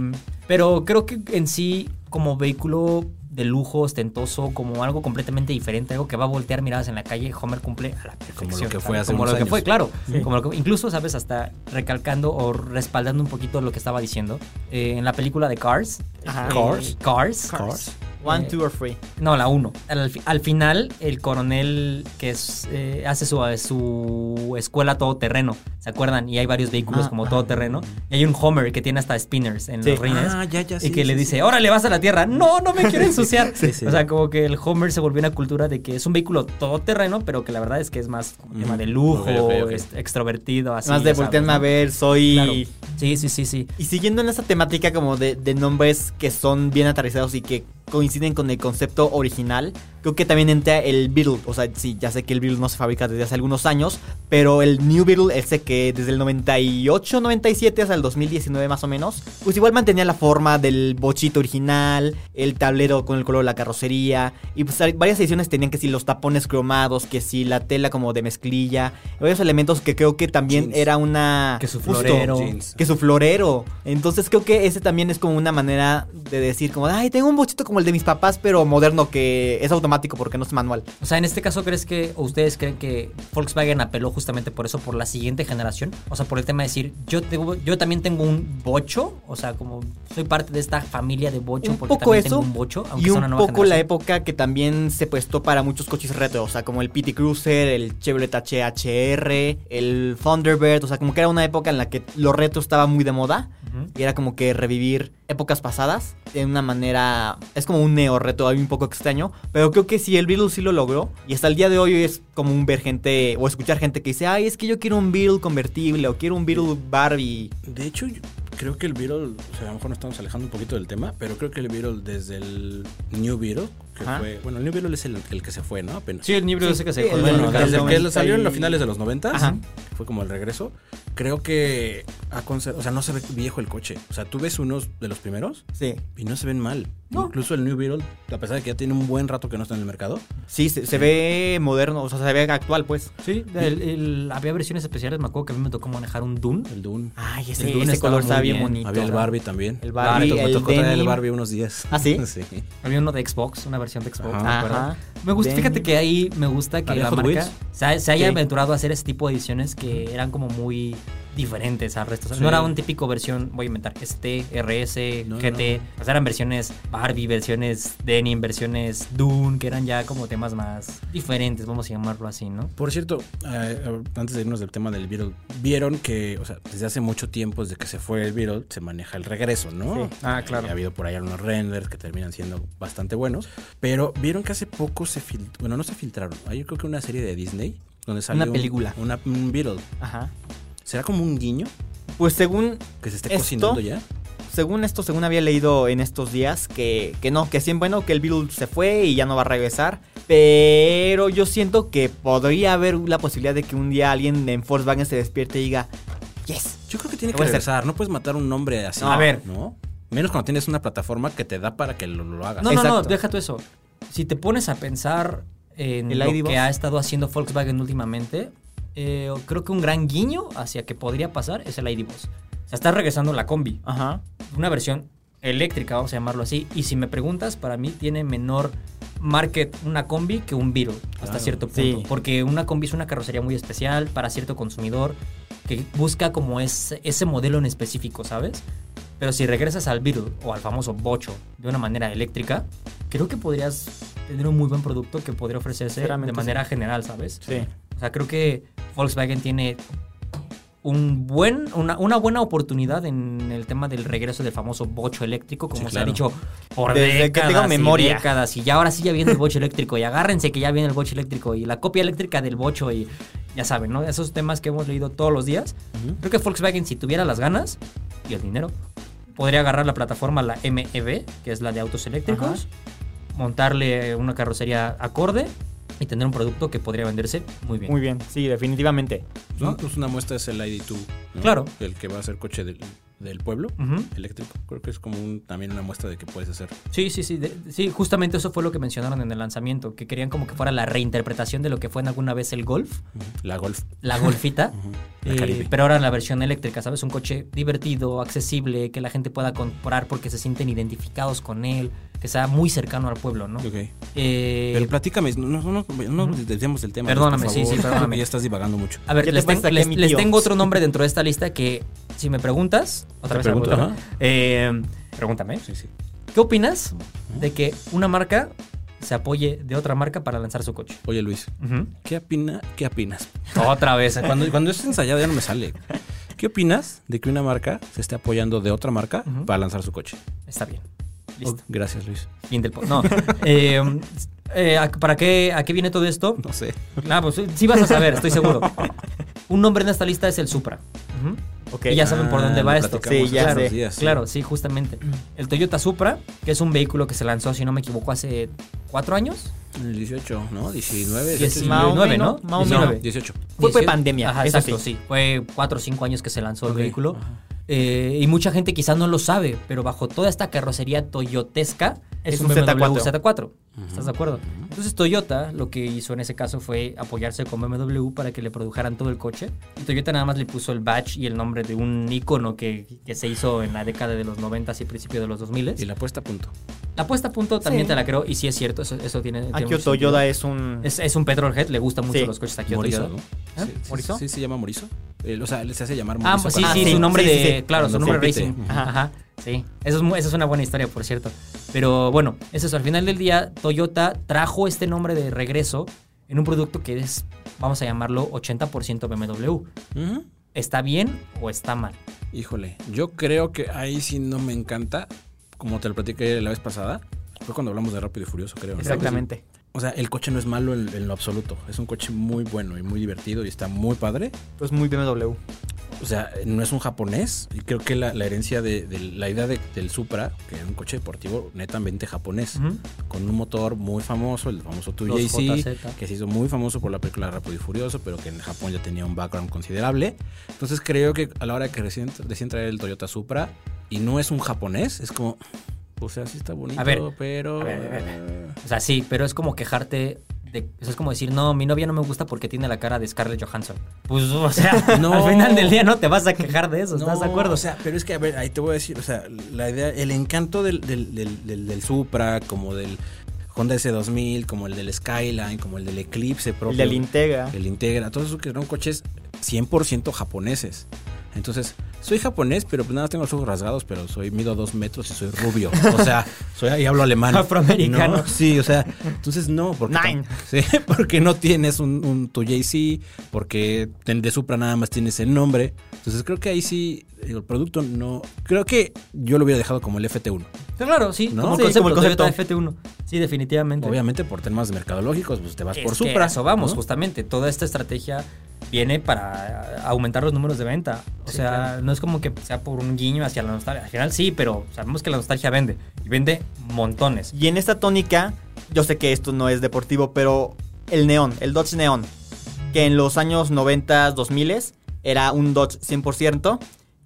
Speaker 2: pero creo que en sí, como vehículo de lujo, ostentoso, como algo completamente diferente, algo que va a voltear miradas en la calle, Homer cumple a la perfección.
Speaker 4: que fue
Speaker 2: ¿sabes?
Speaker 4: hace
Speaker 2: Como
Speaker 4: unos
Speaker 2: lo que
Speaker 4: años.
Speaker 2: fue, claro. Como lo que- incluso, ¿sabes? Hasta recalcando o respaldando un poquito lo que estaba diciendo. eh, en la película de Cars.
Speaker 3: Ajá.
Speaker 2: eh,
Speaker 4: Cars.
Speaker 2: Cars.
Speaker 4: Cars.
Speaker 3: One,
Speaker 2: Eh,
Speaker 3: two or three.
Speaker 2: No, la 1. Al, fi- al final, el coronel que es, eh, hace su, su escuela todoterreno, ¿se acuerdan? Y hay varios vehículos
Speaker 3: Ah,
Speaker 2: como
Speaker 3: ah.
Speaker 2: todoterreno. Y hay un Homer que tiene hasta spinners en
Speaker 3: Sí.
Speaker 2: los rines.
Speaker 4: Ah, ya, ya.
Speaker 2: y que le dice, órale, vas a la tierra. No, no me quiero ensuciar.
Speaker 4: Sí, sí.
Speaker 2: O sea, como que el Homer se volvió una cultura de que es un vehículo todoterreno, pero que la verdad es que es más un tema de lujo,
Speaker 4: Ok, ok, ok.
Speaker 2: es extrovertido, así.
Speaker 3: Más de
Speaker 2: ya sabes,
Speaker 3: voltearme a
Speaker 2: ¿no?
Speaker 3: ver, soy...
Speaker 2: Claro. Sí, sí, sí, sí.
Speaker 3: Y siguiendo en esta temática como de, de nombres que son bien aterrizados y que coinciden con el concepto original, creo que también entra el Beetle. O sea, sí, ya sé que el Beetle no se fabrica desde hace algunos años, pero el New Beetle, ese que desde el 98, 97 hasta el 2019 más o menos, pues igual mantenía la forma del bochito original, el tablero con el color de la carrocería, y pues hay varias ediciones tenían que si los tapones cromados, que si la tela como de mezclilla, varios elementos que creo que también
Speaker 4: Jeans.
Speaker 3: era una...
Speaker 2: Que su
Speaker 3: justo-
Speaker 2: florero.
Speaker 4: jeans.
Speaker 3: que su florero. Entonces creo que ese también es como una manera de decir como, ay, tengo un bochito como el de mis papás, pero moderno, que es automático porque no es manual.
Speaker 2: O sea, en este caso, ¿crees que, o ustedes creen que Volkswagen apeló justamente por eso, por la siguiente generación? O sea, por el tema de decir, yo, tengo, yo también tengo un bocho, o sea, como soy parte de esta familia de bocho,
Speaker 3: un
Speaker 2: porque
Speaker 3: poco
Speaker 2: también
Speaker 3: eso
Speaker 2: tengo un bocho, aunque
Speaker 3: y
Speaker 2: sea
Speaker 3: un
Speaker 2: una nueva
Speaker 3: poco la
Speaker 2: generación.
Speaker 3: época que también se prestó para muchos coches retro, o sea, como el PT Cruiser, el Chevrolet HHR, el Thunderbird, o sea, como que era una época en la que lo retro estaba muy de moda.
Speaker 2: Ujú.
Speaker 3: Y era como que revivir épocas pasadas de una manera. Es como un neo reto, un poco extraño. Pero creo que sí, el Beatle sí lo logró. Y hasta el día de hoy es como un ver gente o escuchar gente que dice: Ay, es que yo quiero un Beatle convertible o quiero un Beatle Barbie.
Speaker 4: De hecho, yo creo que el Beatle, o sea, a lo mejor nos estamos alejando un poquito del tema, pero creo que el Beatle desde el New Beatle, que
Speaker 3: Ajá.
Speaker 4: fue, bueno, el New Beatle es el, el que se fue, ¿no? Apenas.
Speaker 2: Sí, el libro
Speaker 3: Sí,
Speaker 2: ese que se
Speaker 3: sí,
Speaker 2: dejó
Speaker 3: el
Speaker 2: de
Speaker 3: del
Speaker 4: Bueno,
Speaker 2: mercado.
Speaker 3: del
Speaker 4: desde que
Speaker 3: 90
Speaker 4: lo salió en los
Speaker 3: y-
Speaker 4: finales de los 90,
Speaker 3: Ajá.
Speaker 4: fue como el regreso. Creo que ha conser- o sea, no se ve viejo el coche. O sea, tú ves unos de los primeros
Speaker 3: Sí,
Speaker 4: y no se ven mal.
Speaker 2: No.
Speaker 4: Incluso el New Beatle, a pesar de que ya tiene un buen rato que no está en el mercado,
Speaker 3: sí, se, se ve moderno, o sea, se ve actual, pues.
Speaker 2: Sí, el- el- había versiones especiales, me acuerdo que a mí me tocó manejar un Dune.
Speaker 4: el Dune.
Speaker 3: Ay,
Speaker 2: El
Speaker 3: ese,
Speaker 2: Dune
Speaker 3: ese
Speaker 2: estaba
Speaker 3: color
Speaker 2: muy
Speaker 3: está bien,
Speaker 2: bien.
Speaker 3: Ah, bonito.
Speaker 4: Había el Barbie también.
Speaker 3: El
Speaker 4: Ah,
Speaker 3: Barbie,
Speaker 4: me
Speaker 3: el
Speaker 4: tocó traer el
Speaker 3: denim.
Speaker 4: Barbie unos días.
Speaker 3: ¿Ah, sí?
Speaker 4: sí.
Speaker 2: Había uno de Xbox, una versión de Xbox.
Speaker 4: Ajá.
Speaker 2: ¿te acuerdas?
Speaker 3: Ajá.
Speaker 2: Me gusta,
Speaker 3: Denim.
Speaker 2: fíjate que ahí me gusta que
Speaker 4: ¿Había
Speaker 2: la
Speaker 4: Hot
Speaker 2: marca
Speaker 4: Wheels?
Speaker 2: se, ha- se haya
Speaker 3: Sí.
Speaker 2: aventurado a hacer ese tipo de ediciones que eran como muy diferentes al resto. O sea,
Speaker 4: Sí.
Speaker 2: No era un típico versión, voy a inventar, este, ST, RS,
Speaker 4: No,
Speaker 2: GT. O sea, eran versiones Barbie, versiones Denim, versiones Dune, que eran ya como temas más diferentes, vamos a llamarlo así, ¿no?
Speaker 4: Por cierto, eh, antes de irnos del tema del Beatle, vieron que, o sea, desde hace mucho tiempo, desde que se fue el Beatle, se maneja el regreso, ¿no?
Speaker 2: Sí. Ah, claro.
Speaker 4: ha habido por ahí algunos renders que terminan siendo bastante buenos, pero vieron que hace poco se filtraron, bueno, no se filtraron, hay yo creo que una serie de Disney donde salió
Speaker 3: Una película.
Speaker 4: Un, una- un Beatle.
Speaker 3: Ajá.
Speaker 4: ¿Será como un guiño
Speaker 3: Pues según
Speaker 4: que se esté
Speaker 3: Esto-
Speaker 4: cocinando ya?
Speaker 3: según esto, según había leído en estos días, que, que no, que sí, bueno, que el Beetle se fue y ya no va a regresar. Pero yo siento que podría haber la posibilidad de que un día alguien en Volkswagen se despierte y diga, yes.
Speaker 4: Yo creo que tiene
Speaker 3: Lo
Speaker 4: que
Speaker 3: voy a hacer.
Speaker 4: regresar. No puedes matar un nombre así.
Speaker 3: No. A ver.
Speaker 4: ¿No? Menos cuando tienes una plataforma que te da para que lo, lo hagas.
Speaker 2: No, no, no,
Speaker 3: Exacto.
Speaker 2: deja tú eso. Si te pones a pensar en
Speaker 3: El
Speaker 2: lo
Speaker 3: ID
Speaker 2: que
Speaker 3: Boss.
Speaker 2: ha estado haciendo Volkswagen últimamente, eh, creo que un gran guiño hacia que podría pasar es el ID Boss. Se está regresando la combi,
Speaker 3: Ajá.
Speaker 2: una versión eléctrica, vamos a llamarlo así. Y si me preguntas, para mí tiene menor market una combi que un Beetle hasta
Speaker 4: Claro,
Speaker 2: cierto punto.
Speaker 3: sí.
Speaker 2: Porque una combi es una carrocería muy especial para cierto consumidor que busca como ese, ese modelo en específico, ¿sabes? Pero si regresas al Beetle o al famoso Bocho de una manera eléctrica, creo que podrías tener un muy buen producto que podría ofrecerse de
Speaker 3: Sinceramente,
Speaker 2: manera general, ¿sabes?
Speaker 3: Sí.
Speaker 2: O sea, creo que Volkswagen tiene un buen, una, una buena oportunidad en el tema del regreso del famoso bocho eléctrico, como
Speaker 4: Sí,
Speaker 2: se ha
Speaker 4: claro.
Speaker 2: dicho por
Speaker 3: Desde que
Speaker 2: décadas
Speaker 3: tengo
Speaker 2: y
Speaker 3: memoria.
Speaker 2: décadas. Y ya ahora sí ya viene el bocho eléctrico. Y agárrense que ya viene el bocho eléctrico. Y la copia eléctrica del bocho. Y ya saben, ¿no? Esos temas que hemos leído todos los días. Creo que Volkswagen, si tuviera las ganas y el dinero, podría agarrar la plataforma, la MEB, que es la de autos eléctricos, montarle una carrocería acorde y tener un producto que podría venderse muy bien.
Speaker 3: Muy bien, sí, definitivamente.
Speaker 4: ¿No? Pues una muestra es el ID2. ¿no?
Speaker 2: Claro.
Speaker 4: El que va a ser coche del, del pueblo.
Speaker 2: Ujú.
Speaker 4: Eléctrico. Creo que es como un- también una muestra de que puedes hacer.
Speaker 2: Sí, sí, sí, de- sí, justamente eso fue lo que mencionaron en el lanzamiento, que querían como que fuera la reinterpretación de lo que fue en alguna vez el golf,
Speaker 4: La golf.
Speaker 2: la golfita,
Speaker 4: Ujú. La
Speaker 2: eh,
Speaker 4: Caribe.
Speaker 2: pero ahora en la versión eléctrica, ¿sabes? Un coche divertido, accesible, que la gente pueda comprar porque se sienten identificados con él, que sea muy cercano al pueblo, ¿no?
Speaker 4: Ok.
Speaker 2: Eh,
Speaker 4: Pero platícame, no, no, no, no nos desviemos del tema.
Speaker 2: Perdóname,
Speaker 4: por
Speaker 2: sí,
Speaker 4: favor,
Speaker 2: sí, perdóname.
Speaker 4: Ya estás divagando mucho.
Speaker 2: a ver,
Speaker 3: ¿Qué te
Speaker 2: les, ten-
Speaker 3: pasa que
Speaker 2: les-
Speaker 3: mi
Speaker 2: les
Speaker 3: tío?
Speaker 2: tengo otro nombre dentro de esta lista que, si me preguntas, otra vez,
Speaker 4: pregunto,
Speaker 2: otra vez. Eh, pregúntame.
Speaker 4: Sí, sí.
Speaker 2: ¿Qué opinas de que una marca se apoye de otra marca para lanzar su coche?
Speaker 4: Oye, Luis,
Speaker 2: Ujú.
Speaker 4: ¿qué, opina, ¿qué opinas?
Speaker 2: Otra vez.
Speaker 4: Cuando, cuando es ensayado ya no me sale. ¿Qué opinas de que una marca se esté apoyando de otra marca
Speaker 2: Ujú.
Speaker 4: para lanzar su coche?
Speaker 2: Está bien. Listo.
Speaker 4: Oh, gracias, Luis.
Speaker 2: Fin del po- No. Eh, eh, ¿a- ¿Para qué, a qué viene todo esto?
Speaker 4: No sé.
Speaker 2: Ah, pues sí- sí vas a saber, estoy seguro. Un nombre en esta lista es el Supra. Ujú.
Speaker 3: Ok.
Speaker 2: Y ya saben por
Speaker 4: Ah,
Speaker 2: dónde
Speaker 4: lo
Speaker 2: va esto.
Speaker 4: platicamos
Speaker 3: Sí, ya
Speaker 2: claro,
Speaker 3: sé.
Speaker 4: días, sí.
Speaker 2: claro, sí, justamente. El Toyota Supra, que es un vehículo que se lanzó, si no me equivoco, hace cuatro años.
Speaker 4: En el 18, ¿no? 19.
Speaker 2: Dieci-
Speaker 3: Más o
Speaker 2: 19, ¿no?
Speaker 3: menos, más o
Speaker 4: No,
Speaker 3: menos.
Speaker 4: 18.
Speaker 3: Fue- fue
Speaker 2: 18.
Speaker 3: pandemia,
Speaker 2: Ajá,
Speaker 3: eso
Speaker 2: exacto, sí.
Speaker 3: sí.
Speaker 2: Fue cuatro o cinco años que se lanzó
Speaker 4: Ok,
Speaker 2: el vehículo.
Speaker 4: ajá.
Speaker 2: Eh, y mucha gente quizás no lo sabe, pero bajo toda esta carrocería toyotesca es,
Speaker 3: Es
Speaker 2: un
Speaker 3: un
Speaker 2: BMW
Speaker 3: Z4.
Speaker 2: Z4. ¿Estás de acuerdo? Entonces Toyota lo que hizo en ese caso fue apoyarse con BMW para que le produjeran todo el coche. Y Toyota nada más le puso el badge y el nombre de un icono que, que se hizo en la década de los 90 y principio de los 2000.
Speaker 4: Y la apuesta a punto.
Speaker 2: La apuesta a punto también
Speaker 3: Sí.
Speaker 2: te la creo y sí es cierto, eso, eso tiene... tiene
Speaker 3: Akio
Speaker 2: mucho sentido.
Speaker 3: Toyoda Ah, es un...
Speaker 2: es, es un petrolhead, le gustan mucho
Speaker 3: Sí.
Speaker 2: los coches a Akio
Speaker 4: Morizo,
Speaker 2: Toyoda.
Speaker 4: ¿no?
Speaker 2: ¿Eh?
Speaker 4: Sí, sí,
Speaker 2: ¿Morizo?
Speaker 4: Sí, se llama Morizo. Eh, o sea, le- se hace llamar
Speaker 2: Ah,
Speaker 4: Morizo.
Speaker 2: pues sí,
Speaker 4: para-
Speaker 2: sí,
Speaker 3: sí,
Speaker 2: su nombre
Speaker 3: sí,
Speaker 2: de.
Speaker 3: sí, sí.
Speaker 2: Claro, su
Speaker 4: Cuando
Speaker 2: nombre
Speaker 4: compite.
Speaker 2: Racing.
Speaker 4: Ajá.
Speaker 2: Ajá. Sí. Eso es, mu- esa es una buena historia, por cierto. Pero bueno, es eso. Al final del día, Toyota trajo este nombre de regreso en un producto que es, vamos a llamarlo, 80% BMW.
Speaker 4: Ujú.
Speaker 2: ¿Está bien o está mal?
Speaker 4: Híjole, yo creo que ahí sí no me encanta, como te lo platiqué la vez pasada, fue cuando hablamos de Rápido y Furioso, creo. ¿no?
Speaker 3: Exactamente.
Speaker 4: O sea, el coche no es malo en, en lo absoluto, es un coche muy bueno y muy divertido y está muy padre.
Speaker 3: Pues muy BMW.
Speaker 4: O sea, no es un japonés y creo que la, la herencia de, de la idea de- del Supra, que era un coche deportivo netamente japonés,
Speaker 2: Ujú.
Speaker 4: con un motor muy famoso, el famoso
Speaker 2: Los
Speaker 4: 2JC,
Speaker 2: JZ.
Speaker 4: que se hizo muy famoso por la película Rápido y Furioso, pero que en Japón ya tenía un background considerable. Entonces creo que a la hora que recién, recién traer el Toyota Supra y no es un japonés, es como, o sea, sí está bonito,
Speaker 2: A ver,
Speaker 4: pero...
Speaker 2: O sea, sí, pero es como quejarte. De, o sea, es como decir, no, mi novia no me gusta porque tiene la cara de Scarlett Johansson. Pues, o sea,
Speaker 4: No.
Speaker 2: al final del día no te vas a quejar de eso, ¿estás
Speaker 4: No,
Speaker 2: de acuerdo?
Speaker 4: O sea, pero es que, a ver, ahí te voy a decir, o sea, la idea, el encanto del, del, del, del- del Supra, como del Honda S2000, como el del Skyline, como el del Eclipse propio.
Speaker 3: El del Integra.
Speaker 4: el Integra, todos esos que eran coches 100% japoneses. Entonces, soy japonés, pero pues nada, más tengo los ojos rasgados, pero soy mido dos metros y soy rubio. O sea, soy y hablo alemán.
Speaker 2: Afroamericano.
Speaker 4: No, Sí, o sea, entonces no, porque,
Speaker 3: Nine.
Speaker 4: sí, porque no tienes un, un tu JC, porque ten- de Supra nada más tienes el nombre. Entonces creo que ahí sí, digo, el producto no, creo que yo lo hubiera dejado como el FT1.
Speaker 2: Sí, Claro, sí,
Speaker 4: ¿No?
Speaker 2: como,
Speaker 4: Sí,
Speaker 2: concepto,
Speaker 3: como el concepto.
Speaker 2: Toyota FT1. Sí, definitivamente.
Speaker 4: Obviamente por temas mercadológicos, pues te vas
Speaker 2: Es
Speaker 4: por
Speaker 2: que a
Speaker 4: Supra.
Speaker 2: eso vamos,
Speaker 4: ¿no?
Speaker 2: justamente. Toda esta estrategia viene para aumentar los números de venta. O
Speaker 3: Sí,
Speaker 2: sea,
Speaker 3: claro.
Speaker 2: no es como que sea por un guiño hacia la nostalgia. Al final sí, pero sabemos que la nostalgia vende. Y vende montones.
Speaker 3: Y en esta tónica, yo sé que esto no es deportivo, pero el neón, el Dodge Neón, que en los años 90, 2000 era un Dodge 100%,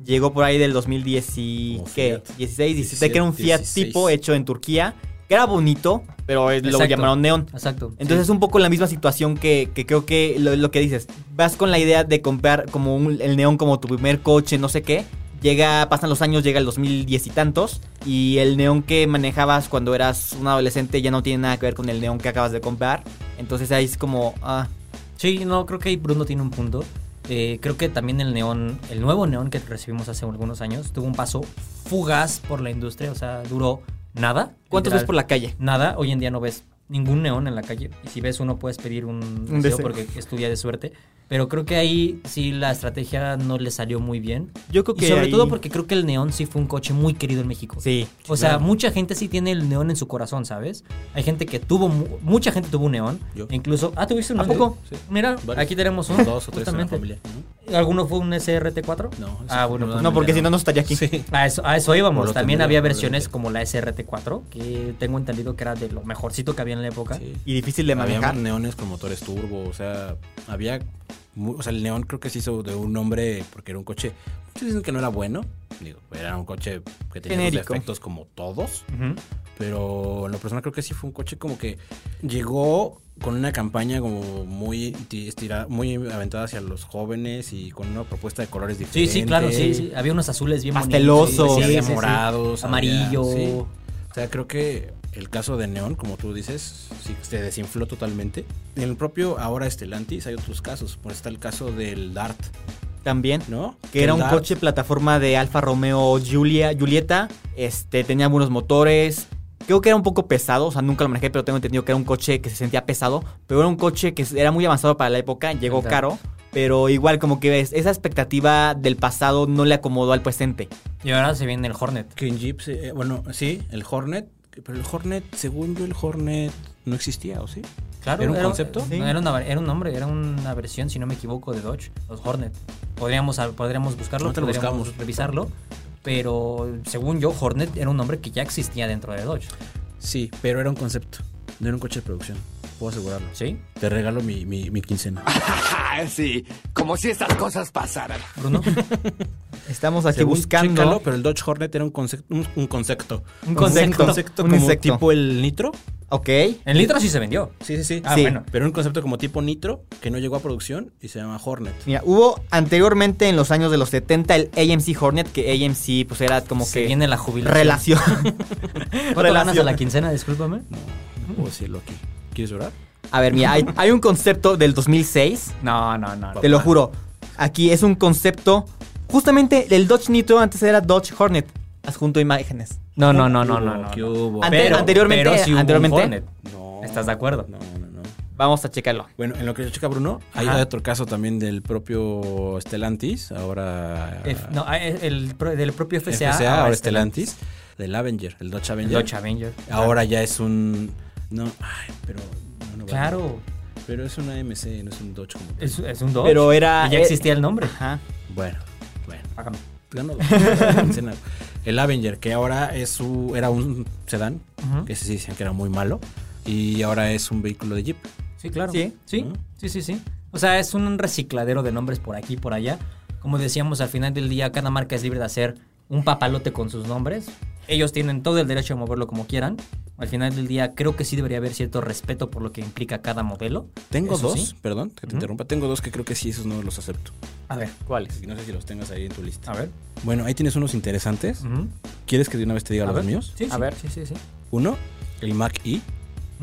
Speaker 3: llegó por ahí del 2010 y,
Speaker 4: Como
Speaker 3: ¿qué?
Speaker 4: Fiat.
Speaker 3: 16, 17, que era un Fiat
Speaker 4: 16.
Speaker 3: tipo hecho en Turquía, que era bonito, pero es- lo
Speaker 2: Exacto.
Speaker 3: llamaron neón.
Speaker 2: Exacto.
Speaker 3: Entonces es un poco la misma situación que, que creo que lo, lo que dices. Vas con la idea de comprar como un- el neón como tu primer coche, no sé qué. Llega, pasan los años, llega el 2010 y tantos. Y el neón que manejabas cuando eras un adolescente ya no tiene nada que ver con el neón que acabas de comprar. Entonces ahí es como, ah,
Speaker 2: Sí, no, creo que ahí Bruno tiene un punto. Eh, creo que también el neón, el nuevo neón que recibimos hace algunos años, tuvo un paso fugaz por la industria, o sea, duró nada.
Speaker 3: ¿cuántos ves por la calle?
Speaker 2: Nada, hoy en día no ves ningún neón en la calle. Y si ves uno, puedes pedir un, deseo,
Speaker 3: deseo.
Speaker 2: porque es tu día de suerte. Pero creo que ahí sí la estrategia no le salió muy bien.
Speaker 3: Yo creo
Speaker 2: Y sobre todo porque creo que el neón sí fue un coche muy querido en México.
Speaker 3: Sí.
Speaker 2: O sea, mucha gente sí tiene el neón en su corazón, ¿sabes? Hay gente que tuvo, mu- mucha gente tuvo un neón.
Speaker 4: Yo.
Speaker 2: Incluso, ah, ¿tuviste un
Speaker 3: ¿A
Speaker 2: neón?
Speaker 3: poco?
Speaker 4: Sí.
Speaker 2: Mira,
Speaker 4: Varios.
Speaker 2: aquí tenemos uno.
Speaker 4: Dos o tres en la
Speaker 2: justamente.
Speaker 4: familia. ¿no?
Speaker 2: ¿Alguno fue un SRT4?
Speaker 4: No, ese
Speaker 2: Ah,
Speaker 4: fue
Speaker 2: bueno,
Speaker 4: un
Speaker 2: pues
Speaker 3: No, porque si no, no estaría aquí.
Speaker 4: Sí.
Speaker 2: A eso, a eso
Speaker 4: O
Speaker 2: íbamos.
Speaker 4: lo
Speaker 2: También
Speaker 4: tendría,
Speaker 2: había versiones
Speaker 4: probablemente.
Speaker 2: como la SRT4, que tengo entendido que era de lo mejorcito que había en la época.
Speaker 4: Sí.
Speaker 3: Y difícil de
Speaker 4: Había
Speaker 3: manejar.
Speaker 4: neones con motores turbo, o sea, había... mu- O sea, el neón creo que se hizo de un nombre porque era un coche... Muchos dicen que no era bueno. Digo, era un coche que tenía sus
Speaker 3: Genérico.
Speaker 4: defectos como todos.
Speaker 2: Ujú.
Speaker 4: Pero en lo personal creo que sí fue un coche como que llegó con una campaña como muy ti- estira- muy aventada hacia los jóvenes y con una propuesta de colores
Speaker 2: Sí,
Speaker 4: diferentes.
Speaker 2: sí, claro, sí, sí. Había unos azules bien bonitos.
Speaker 3: Pastelosos.
Speaker 2: sí,
Speaker 4: Sí, había
Speaker 2: sí, sí.
Speaker 4: morados, había-
Speaker 2: Amarillo.
Speaker 4: sí. O sea, creo que el caso de Neon, como tú dices, sí, se desinfló totalmente. En el propio ahora Estelantis hay otros casos. Por está el caso del Dart,
Speaker 3: También.
Speaker 4: ¿no?
Speaker 3: Que era
Speaker 4: El
Speaker 3: un
Speaker 4: Dart-
Speaker 3: coche plataforma de Alfa Romeo Giulia, Giulietta. Este, tenía buenos motores. Creo que era un poco pesado, o sea, nunca lo manejé, pero tengo entendido que era un coche que se sentía pesado. Pero era un coche que era muy avanzado para la época, llegó
Speaker 2: Ajá.
Speaker 3: caro. Pero igual, como que ves, esa expectativa del pasado no le acomodó al presente.
Speaker 2: Y ahora se viene el Hornet.
Speaker 4: Que en Jeep, se- eh, bueno, sí, el Hornet. Pero el Hornet, según yo, el Hornet no existía, ¿o sí?
Speaker 2: Claro,
Speaker 4: ¿Era un concepto?
Speaker 2: no, era, una, era un nombre, era una versión, si no me equivoco, de Dodge, los Hornet. Podríamos, podríamos buscarlo,
Speaker 4: Ahorita lo
Speaker 2: podríamos
Speaker 4: buscamos.
Speaker 2: revisarlo, pero según yo, Hornet era un nombre que ya existía dentro de Dodge.
Speaker 4: Sí, pero era un concepto. No era un coche de producción. Puedo asegurarlo.
Speaker 2: ¿Sí?
Speaker 4: Te regalo mi, mi, mi quincena.
Speaker 5: Ah, sí, como si estas cosas pasaran.
Speaker 2: Bruno,
Speaker 3: Estamos aquí
Speaker 4: Según-
Speaker 3: buscando
Speaker 4: chécalo, pero el Dodge Hornet era un concepto. Un, un concepto.
Speaker 3: un concepto.
Speaker 4: Un concepto
Speaker 3: Un
Speaker 4: como
Speaker 3: insecto.
Speaker 4: tipo el Nitro.
Speaker 3: Ok.
Speaker 2: en litro sí se vendió.
Speaker 4: Sí, sí, sí.
Speaker 2: Ah,
Speaker 3: Sí.
Speaker 2: bueno.
Speaker 4: Pero era un concepto como tipo Nitro que no llegó a producción y se llama Hornet.
Speaker 3: Mira, hubo anteriormente en los años de los 70 el AMC Hornet, que AMC pues era como
Speaker 2: Se
Speaker 3: que
Speaker 2: viene la jubilación.
Speaker 3: relación.
Speaker 2: ¿Cuánto ganas a
Speaker 3: relación.
Speaker 2: la quincena? Discúlpame.
Speaker 4: No puedo decirlo aquí. ¿Quieres llorar?
Speaker 3: A ver, mira, hay, hay un concepto del 2006,
Speaker 2: No, no, no.
Speaker 3: te lo juro. Aquí es un concepto, justamente el Dodge Nitro antes era Dodge Hornet. Adjunto imágenes.
Speaker 2: No, no, no, no, no. no,
Speaker 4: ¿Qué
Speaker 2: no.
Speaker 4: hubo?
Speaker 3: Ante- anteriormente-
Speaker 2: pero sí hubo un
Speaker 3: anteriormente-
Speaker 2: Hornet.
Speaker 4: No.
Speaker 2: ¿Estás de acuerdo?
Speaker 4: No, no, no.
Speaker 3: Vamos a checarlo.
Speaker 4: Bueno, en lo que checa Bruno, hay
Speaker 2: Ajá.
Speaker 4: otro caso también del propio Stellantis, ahora...
Speaker 2: F- no, ah, el, pro- del propio FCA.
Speaker 4: FCA, ahora
Speaker 2: Stellantis.
Speaker 4: Stellantis, del Avenger, el Dodge Avenger.
Speaker 2: Dodge Avenger.
Speaker 4: Ahora ya es un... No, ay, pero... no, no vale.
Speaker 2: Claro,
Speaker 4: Pero es una MC, no es un Dodge como tal.
Speaker 2: es, es un Dodge.
Speaker 3: Pero era-
Speaker 2: Y ya
Speaker 3: eh,
Speaker 2: existía el nombre.
Speaker 3: Ajá.
Speaker 4: Bueno, bueno.
Speaker 2: Págame.
Speaker 4: Ganó dos. Quincena. el Avenger, que ahora es su, era un sedán,
Speaker 2: Ujú.
Speaker 4: que sí decían que era muy malo, y ahora es un vehículo de Jeep.
Speaker 2: Sí, claro.
Speaker 3: Sí.
Speaker 2: sí,
Speaker 4: ¿No?
Speaker 2: sí, sí, sí. O sea, es un recicladero de nombres por aquí, por allá. Como decíamos, al final del día, cada marca es libre de hacer un papalote con sus nombres. Ellos tienen todo el derecho a moverlo como quieran. Al final del día, creo que sí debería haber cierto respeto por lo que implica cada modelo.
Speaker 4: Tengo
Speaker 2: Eso
Speaker 4: dos,
Speaker 2: sí.
Speaker 4: perdón, que te
Speaker 2: Ujú.
Speaker 4: interrumpa, tengo dos que creo que sí, esos no los acepto.
Speaker 2: A ver,
Speaker 4: Y No sé si los tengas ahí en tu lista.
Speaker 2: a ver.
Speaker 4: Bueno, ahí tienes unos interesantes.
Speaker 2: Ah. Ujú.
Speaker 4: ¿Quieres que de una vez te diga
Speaker 2: A
Speaker 4: los
Speaker 2: ver.
Speaker 4: míos?
Speaker 2: Sí,
Speaker 3: A
Speaker 2: sí,
Speaker 3: ver.
Speaker 2: Sí, sí, sí.
Speaker 4: Uno, el Mac E,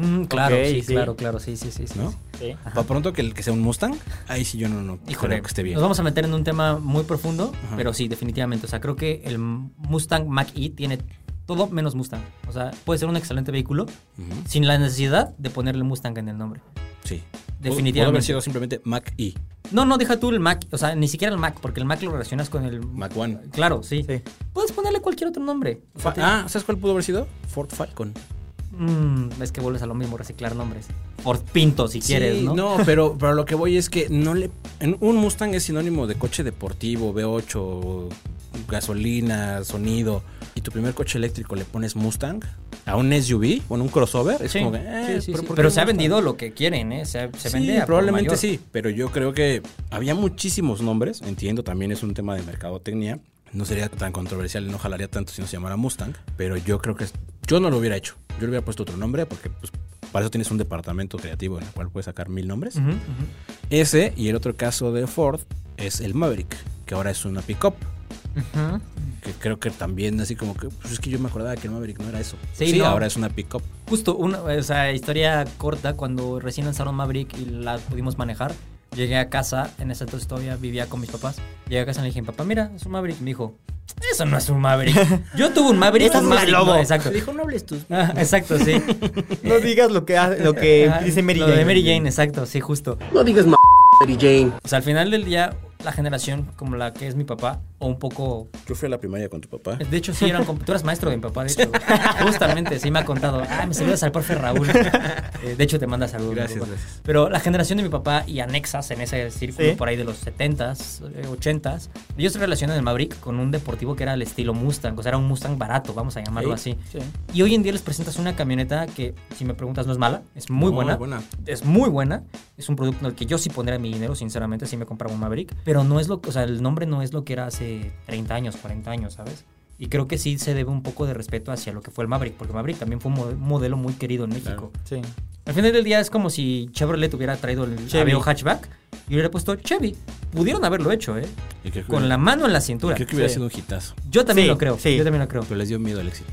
Speaker 2: Mm, claro,
Speaker 3: Ok,
Speaker 2: sí,
Speaker 3: sí.
Speaker 2: claro, claro, sí, sí, sí. sí,
Speaker 4: ¿no?
Speaker 2: sí.
Speaker 3: Sí.
Speaker 4: Para pronto que el que sea un Mustang, ahí sí yo no, no
Speaker 2: Híjole,
Speaker 4: creo que esté bien.
Speaker 2: nos vamos a meter en un tema muy profundo,
Speaker 4: Ajá.
Speaker 2: pero sí, definitivamente. O sea, creo que el Mustang Mach-E tiene todo menos Mustang. O sea, puede ser un excelente vehículo
Speaker 4: Ujú,
Speaker 2: sin la necesidad de ponerle Mustang en el nombre.
Speaker 4: Sí.
Speaker 2: Definitivamente.
Speaker 4: Pudo haber sido simplemente Mac E,
Speaker 2: No, no, deja tú el Mac, o sea, ni siquiera el Mac, porque el Mac lo relacionas con el...
Speaker 4: Mac One.
Speaker 2: Claro, sí.
Speaker 3: Sí.
Speaker 2: Puedes ponerle cualquier otro nombre. O sea,
Speaker 4: Ah. Fa- ah, ¿sabes cuál pudo haber sido? Ford Falcon.
Speaker 2: te- mm, es que vuelves a lo mismo, reciclar nombres. por pinto si quieres,
Speaker 4: Sí,
Speaker 2: ¿no?
Speaker 4: pero, pero lo que voy es que no le. en- un Mustang es sinónimo de coche deportivo, V8, gasolina, sonido. Y tu primer coche eléctrico le pones Mustang a un SUV, bueno, un crossover. Es
Speaker 2: Sí,
Speaker 4: como que, eh,
Speaker 2: sí, sí, sí.
Speaker 4: ¿por qué
Speaker 2: Pero se ha
Speaker 4: Mustang?
Speaker 2: vendido lo que quieren, ¿eh? Se, se
Speaker 4: Sí,
Speaker 2: vende a por
Speaker 4: probablemente
Speaker 2: mayor.
Speaker 4: sí, pero yo creo que había muchísimos nombres. Entiendo, también es un tema de mercadotecnia. No sería tan controversial y no jalaría tanto si no se llamara Mustang, pero yo creo que es- yo no lo hubiera hecho. Yo le hubiera puesto otro nombre porque pues, para eso tienes un departamento creativo en el cual puedes sacar mil nombres.
Speaker 2: Ujú, ujú.
Speaker 4: Ese y el otro caso de Ford es el Maverick, que ahora es una pickup. Que creo que también así como que, pues es que yo me acordaba que el Maverick no era eso.
Speaker 2: Sí,
Speaker 4: Sí,
Speaker 2: no.
Speaker 4: ahora es una pickup.
Speaker 2: Justo una o sea, historia corta, cuando recién lanzaron Maverick y la pudimos manejar, llegué a casa, en ese entonces todavía vivía con mis papás, llegué a casa y le dije, papá, mira, es un Maverick. Me dijo, eso no es un Maverick. Yo tuve un Maverick.
Speaker 3: Esa es
Speaker 2: un
Speaker 3: una
Speaker 2: Maverick
Speaker 3: lobo.
Speaker 2: no, exacto.
Speaker 4: dijo, no hables tú.
Speaker 2: Ah, exacto, sí.
Speaker 3: No digas lo que, hace- lo que
Speaker 2: Ajá,
Speaker 3: Eh, dice Mary
Speaker 2: lo
Speaker 3: Jane.
Speaker 2: de Mary Jane, exacto, sí, justo.
Speaker 5: No digas m Mary Jane.
Speaker 2: O sea, al final del día, la generación como la que es mi papá, o un poco
Speaker 4: Yo fui a la primaria con tu papá.
Speaker 2: De hecho, sí, eran comp- tú eras maestro de mi papá, de hecho. güey. Justamente, sí me ha contado. Ah, me saludas al profe Raúl. Eh, de hecho, te manda saludos. mi
Speaker 4: Gracias,
Speaker 2: papá.
Speaker 4: gracias.
Speaker 2: Pero la generación de mi papá y anexas en ese círculo
Speaker 3: Sí.
Speaker 2: por ahí de los 70s, eh, 80s, ellos relacionan el Maverick con un deportivo que era el estilo Mustang. O sea, era un Mustang barato, vamos a llamarlo
Speaker 4: Sí,
Speaker 2: así. Y hoy en día les presentas una camioneta que, si me preguntas, no es mala, es muy
Speaker 4: No,
Speaker 2: buena.
Speaker 4: es buena.
Speaker 2: Es muy buena. Es un producto en el que yo sí pondría mi dinero, sinceramente, si me compraba un Maverick. Pero no es lo que, o sea, el nombre no es lo que era hace 30 años, 40 años, ¿sabes? Y creo que sí se debe un poco de respeto hacia lo que fue el Maverick, porque Maverick también fue un mo- modelo muy querido en México.
Speaker 3: Sí.
Speaker 2: Al final del día es como si Chevrolet hubiera traído el
Speaker 3: Chevy.
Speaker 2: Aveo hatchback y hubiera puesto Chevy. Pudieron haberlo hecho, ¿eh?
Speaker 4: Y creo que
Speaker 2: Con
Speaker 4: hubiera-
Speaker 2: la mano en la cintura.
Speaker 4: Creo que hubiera
Speaker 3: Sí.
Speaker 4: sido un hitazo.
Speaker 2: Yo también
Speaker 3: Sí,
Speaker 2: lo creo,
Speaker 3: sí.
Speaker 2: yo también lo creo.
Speaker 4: Pero les dio miedo el éxito.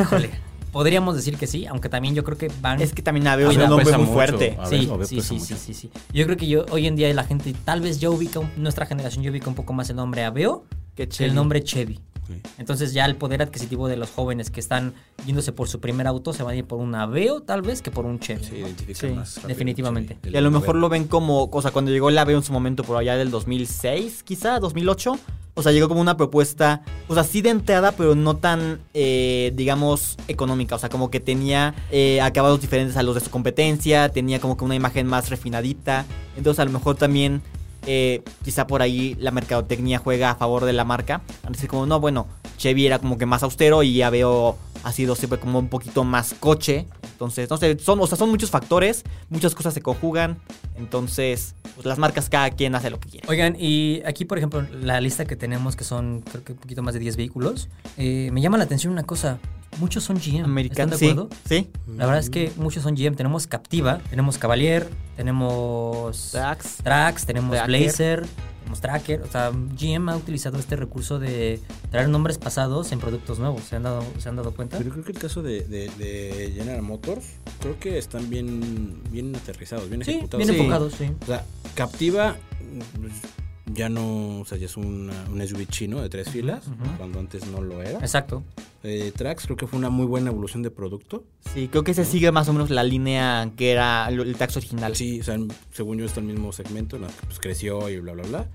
Speaker 2: Híjole, Podríamos decir que sí, aunque también yo creo que van...
Speaker 3: Es que también Aveo es
Speaker 4: Aveo
Speaker 3: un nombre
Speaker 4: pesa
Speaker 3: muy
Speaker 4: mucho.
Speaker 3: fuerte.
Speaker 4: A ver,
Speaker 2: Sí,
Speaker 4: a ver,
Speaker 2: sí,
Speaker 4: pesa
Speaker 2: sí, sí,
Speaker 4: mucho.
Speaker 2: sí, sí. Yo creo que yo hoy en día la gente, tal vez ya ubica, un- nuestra generación ya ubica un poco más el nombre Aveo
Speaker 3: Qué
Speaker 2: que
Speaker 3: chévere.
Speaker 2: el nombre Chevy.
Speaker 4: Sí.
Speaker 2: Entonces ya el poder adquisitivo de los jóvenes que están yéndose por su primer auto se van a ir por un Aveo tal vez que por un Chevy.
Speaker 4: Se
Speaker 2: ¿no?
Speaker 4: identifican
Speaker 3: Sí,
Speaker 4: más rápido.
Speaker 2: definitivamente.
Speaker 4: Sí, del
Speaker 3: Y a lo
Speaker 4: Uber.
Speaker 3: mejor lo ven como, o sea, cuando llegó el AVE en su momento por allá del 2006, quizá, 2008, o sea, llegó como una propuesta, o sea, sí de entrada, pero no tan, eh, digamos, económica, o sea, como que tenía eh, acabados diferentes a los de su competencia, tenía como que una imagen más refinadita, entonces a lo mejor también, eh, quizá por ahí la mercadotecnia juega a favor de la marca, así como, no, bueno, Chevy era como que más austero y Aveo ha sido siempre como un poquito más coche, entonces, no sé, son, o sea, son muchos factores, muchas cosas se conjugan. Entonces, pues las marcas cada quien hace lo que quiere.
Speaker 2: Oigan, y aquí, por ejemplo, la lista que tenemos, que son creo que un poquito más de 10 vehículos, eh, me llama la atención una cosa. Muchos son GM.
Speaker 3: Americano,
Speaker 2: ¿Están de
Speaker 3: sí,
Speaker 2: acuerdo?
Speaker 3: sí.
Speaker 2: La verdad es que muchos son GM. Tenemos Captiva, tenemos Cavalier, tenemos...
Speaker 3: Dax.
Speaker 2: Trax, tenemos
Speaker 3: Tracker.
Speaker 2: Blazer, tenemos Tracker. O sea, GM ha utilizado este recurso de traer nombres pasados en productos nuevos. ¿Se han dado, ¿se han dado cuenta?
Speaker 4: Pero creo que el caso de, de, de General Motors, creo que están bien, bien aterrizados, bien
Speaker 2: Sí,
Speaker 4: ejecutados.
Speaker 2: bien
Speaker 3: Sí.
Speaker 2: enfocados, sí.
Speaker 4: O sea, Captiva mm, ya no, o sea, ya es una- un SUV chino de tres filas,
Speaker 2: ujú.
Speaker 4: cuando antes no lo era.
Speaker 2: Exacto.
Speaker 4: Eh, Trax creo que fue una muy buena evolución de producto.
Speaker 3: Sí, creo que se sigue más o menos la línea que era el, el tax original.
Speaker 4: Sí, o sea, según yo está el mismo segmento, en la que, pues, creció y bla, bla, bla.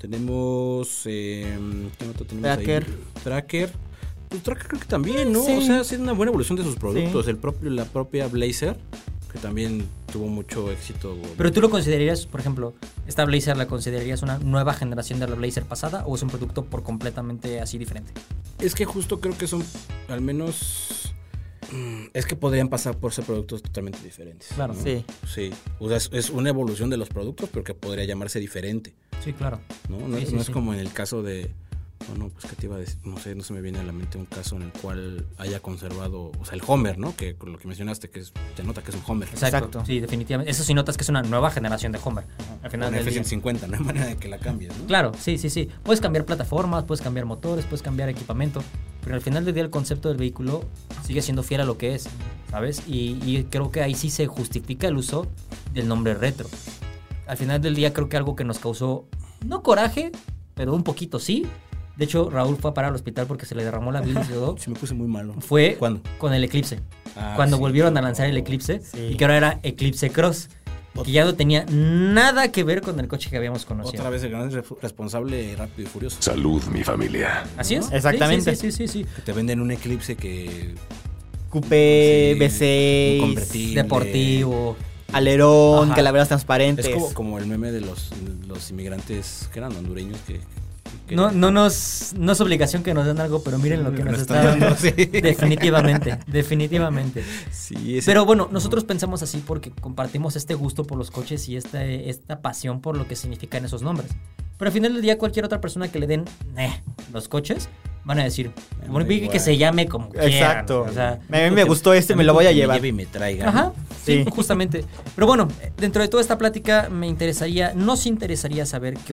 Speaker 4: Tenemos. Eh, ¿qué otro tenemos ahí?
Speaker 3: Tracker.
Speaker 4: Tracker. Pues, Tracker creo que también, ¿no?
Speaker 3: Sí.
Speaker 4: O sea, ha sido una buena evolución de sus productos. El propio, la propia Blazer, que también tuvo mucho éxito.
Speaker 2: Pero tú lo considerarías, por ejemplo, esta Blazer la considerarías una nueva generación de la Blazer pasada o es un producto por completamente así diferente?
Speaker 4: Es que justo creo que son, al menos. mm, Es que podrían pasar por ser productos totalmente diferentes.
Speaker 2: Claro.
Speaker 4: ¿no?
Speaker 3: Sí.
Speaker 4: Sí. O sea, es, es una evolución de los productos, pero que podría llamarse diferente.
Speaker 2: Sí, claro.
Speaker 4: ¿no? No,
Speaker 2: Sí,
Speaker 4: es-
Speaker 2: sí,
Speaker 4: no es
Speaker 2: sí.
Speaker 4: como en el caso de. Bueno, pues que te iba a decir, no sé, no se me viene a la mente un caso en el cual haya conservado, o sea, el Homer, ¿no? Que con lo que mencionaste, que es, te nota que es un Homer.
Speaker 2: Exacto.
Speaker 3: Exacto.
Speaker 2: Sí, definitivamente. Eso sí notas que es una nueva generación de Homer. Al final
Speaker 4: Un
Speaker 2: del día.
Speaker 4: F-150, no hay manera de que la cambies, ¿no?
Speaker 2: Claro, sí, sí, sí. Puedes cambiar plataformas, puedes cambiar motores, puedes cambiar equipamiento, pero al final del día el concepto del vehículo sigue siendo fiel a lo que es, ¿sabes? Y, y creo que ahí sí se justifica el uso del nombre retro. Al final del día creo que algo que nos causó, no coraje, pero un poquito sí. De hecho, Raúl fue a parar al hospital porque se le derramó la bilis y todo.
Speaker 4: Sí, me puse muy malo.
Speaker 2: Fue
Speaker 4: ¿Cuándo?
Speaker 2: con el Eclipse.
Speaker 4: Ah,
Speaker 2: cuando
Speaker 4: sí,
Speaker 2: volvieron a
Speaker 4: claro.
Speaker 2: lanzar el Eclipse
Speaker 3: Sí.
Speaker 2: y que ahora era Eclipse Cross. Que ya no tenía nada que ver con el coche que habíamos conocido.
Speaker 4: Otra vez el gran ref- responsable rápido y furioso.
Speaker 5: Salud, mi familia.
Speaker 2: Así es.
Speaker 3: Exactamente.
Speaker 2: Sí, sí, sí, sí, sí.
Speaker 4: Que te venden un eclipse que.
Speaker 3: Coupé,
Speaker 4: Sí, un
Speaker 3: B6.
Speaker 4: convertible.
Speaker 2: Deportivo.
Speaker 3: alerón,
Speaker 2: Ajá.
Speaker 3: calaveras transparentes.
Speaker 4: Es como, como el meme de los, los inmigrantes que eran hondureños que... que-
Speaker 2: No, no, nos, no es obligación que nos den algo, pero miren lo que nos está dando. Definitivamente, definitivamente.
Speaker 4: Sí, ese-
Speaker 2: Pero bueno, nosotros pensamos así porque compartimos este gusto por los coches y esta, esta pasión por lo que significan esos nombres. Pero al final del día, cualquier otra persona que le den "Neh, los coches, van a decir,
Speaker 4: Me
Speaker 2: bueno,
Speaker 4: da
Speaker 2: que
Speaker 4: igual".
Speaker 2: se llame como quieran.
Speaker 3: Exacto.
Speaker 2: O sea,
Speaker 3: a mí me gustó este, me lo voy a
Speaker 4: que me
Speaker 3: llevar.
Speaker 4: lleve y me traiga.
Speaker 2: Ajá, sí,
Speaker 3: Sí.
Speaker 2: justamente. Pero bueno, dentro de toda esta plática me interesaría, nos interesaría saber qué